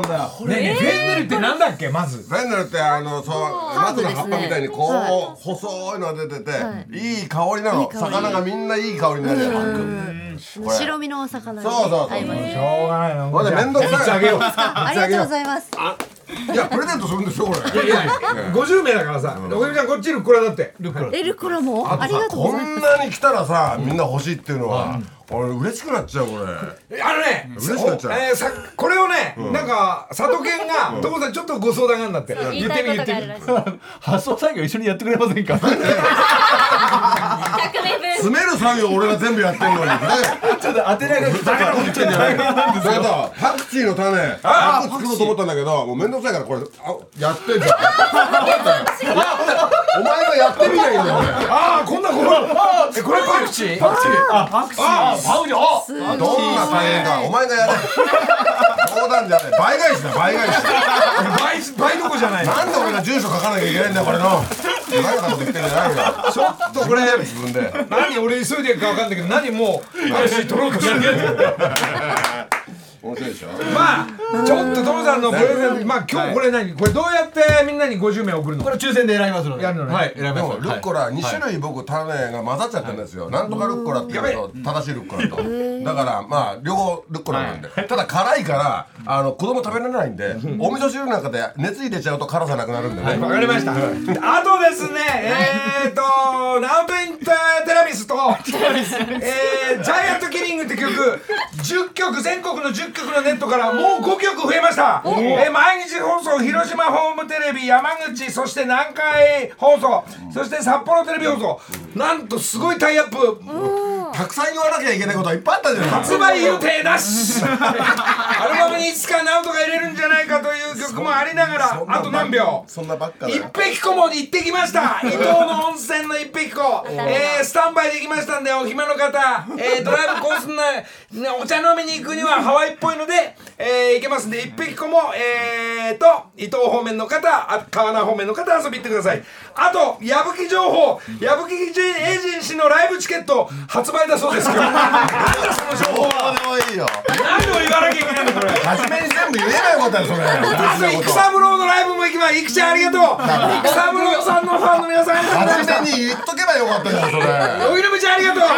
Speaker 3: んだ
Speaker 2: ねえ
Speaker 3: よ
Speaker 2: ねえフェンネルってなんだっけまず
Speaker 3: フェンネルってあのそう松の葉っぱみたいにこう、細いのが出てて、い、い香りなの魚がみんないい香りになるよこれ
Speaker 1: 白身のお魚
Speaker 3: そうそうそう
Speaker 1: はいはい
Speaker 2: しょうがないな
Speaker 3: これ面倒くさい
Speaker 2: あげよう
Speaker 1: ありがとうございます
Speaker 3: いやプレゼントするんですよこれ
Speaker 2: いやいや50名だからさ荻野ちゃんこっちルッコラだってルッコラ
Speaker 1: エルコロもありがとうご
Speaker 3: こ
Speaker 1: ざいます
Speaker 3: んなに来たらさみんな欲しいっていうのは、俺嬉しくなっちゃうこれ
Speaker 2: あのね、
Speaker 3: 嬉しくなっちゃう
Speaker 2: おえーさこれをね、なんか佐渡県が所さんちょっとご相談があるんだって
Speaker 7: 言
Speaker 2: 言
Speaker 7: い
Speaker 2: ったて
Speaker 7: い
Speaker 2: み
Speaker 7: こ
Speaker 2: 言
Speaker 7: と
Speaker 2: って
Speaker 7: があ
Speaker 2: み
Speaker 7: るらしい。百
Speaker 8: 発送作業一緒にやってくれませんか
Speaker 7: 名分。
Speaker 3: 詰める作業俺が全部やってるのにね
Speaker 8: ちょっと当てないが来たから
Speaker 3: じゃあさパクチーの種あ個作ろうと思ったんだけどもう面倒くさいからこれあやって んじゃんお前がやってみりゃいいんだよ俺
Speaker 2: ああこんなこれえこれパクチーパクチー
Speaker 8: あパウジョ
Speaker 3: どんな大変か、お前がやれ。冗談じゃねえ、倍返しだ、倍返し。
Speaker 2: 倍倍どこじゃないの
Speaker 3: なんで俺が住所書かなきゃいけないんだよ、これの。何かと言ってんじゃないよ。
Speaker 2: ちょっとこれ
Speaker 3: 自分で。
Speaker 2: 何俺急いでるか分かんないけど何もうパクチー取ろうとしてる
Speaker 3: 面白いでしょ。
Speaker 2: まあちょっと所さんのプレゼントまあ今日これ何これどうやってみんなに50名送るの
Speaker 8: これ抽選で選びますので
Speaker 2: やるのね
Speaker 8: はい選び
Speaker 3: で
Speaker 8: ます
Speaker 3: もルッコラ2種類僕種が混ざっちゃったんですよなんとかルッコラっていうのと正しいルッコラとだからまあ両方ルッコラなんでただ辛いからあの子供食べられないんでお味噌汁なんかで熱入れちゃうと辛さなくなるんでね
Speaker 2: わかりました。あとですね、えっと、ナウペインターテラミスと、えージャイアントキリングって曲、10曲、全国の10曲のネットからもう5曲増えました。えー毎日放送、広島ホームテレビ、山口、そして南海放送、そして札幌テレビ放送、なんとすごいタイアップ、
Speaker 3: たくさん言わなきゃいけないことはいっぱいあったじゃない
Speaker 2: 発売予定なしアルバムにいつかナウトが入れるんじゃないかという曲もありながら、あと何秒
Speaker 3: そんなばっかだ
Speaker 2: 一
Speaker 3: よ
Speaker 2: 匹子も行ってきま した伊東の温泉の一匹子、えー、スタンバイできましたんでお暇の方、えー、ドライブコースな、ね、お茶飲みに行くにはハワイっぽいので、えー、行けますんで一匹子もえー、と伊東方面の方あ川名方面の方遊びに行ってくださいあと矢吹情報矢吹エージェンシーのライブチケット発売だそうです 今日なんだその情報は
Speaker 3: どうでもいいよ
Speaker 2: 何を言わなきゃいけないんだこれ
Speaker 3: 初めに全部言えないことだよそれ
Speaker 2: あと
Speaker 3: 大事な
Speaker 2: 育
Speaker 3: こと
Speaker 2: 三郎のライブも行きます育ちゃんありがとう育三郎さんのファンの皆さんありがとうございました
Speaker 3: 初めに言っとけばよかったじゃんそれ
Speaker 2: おぎのみちゃんありがとう。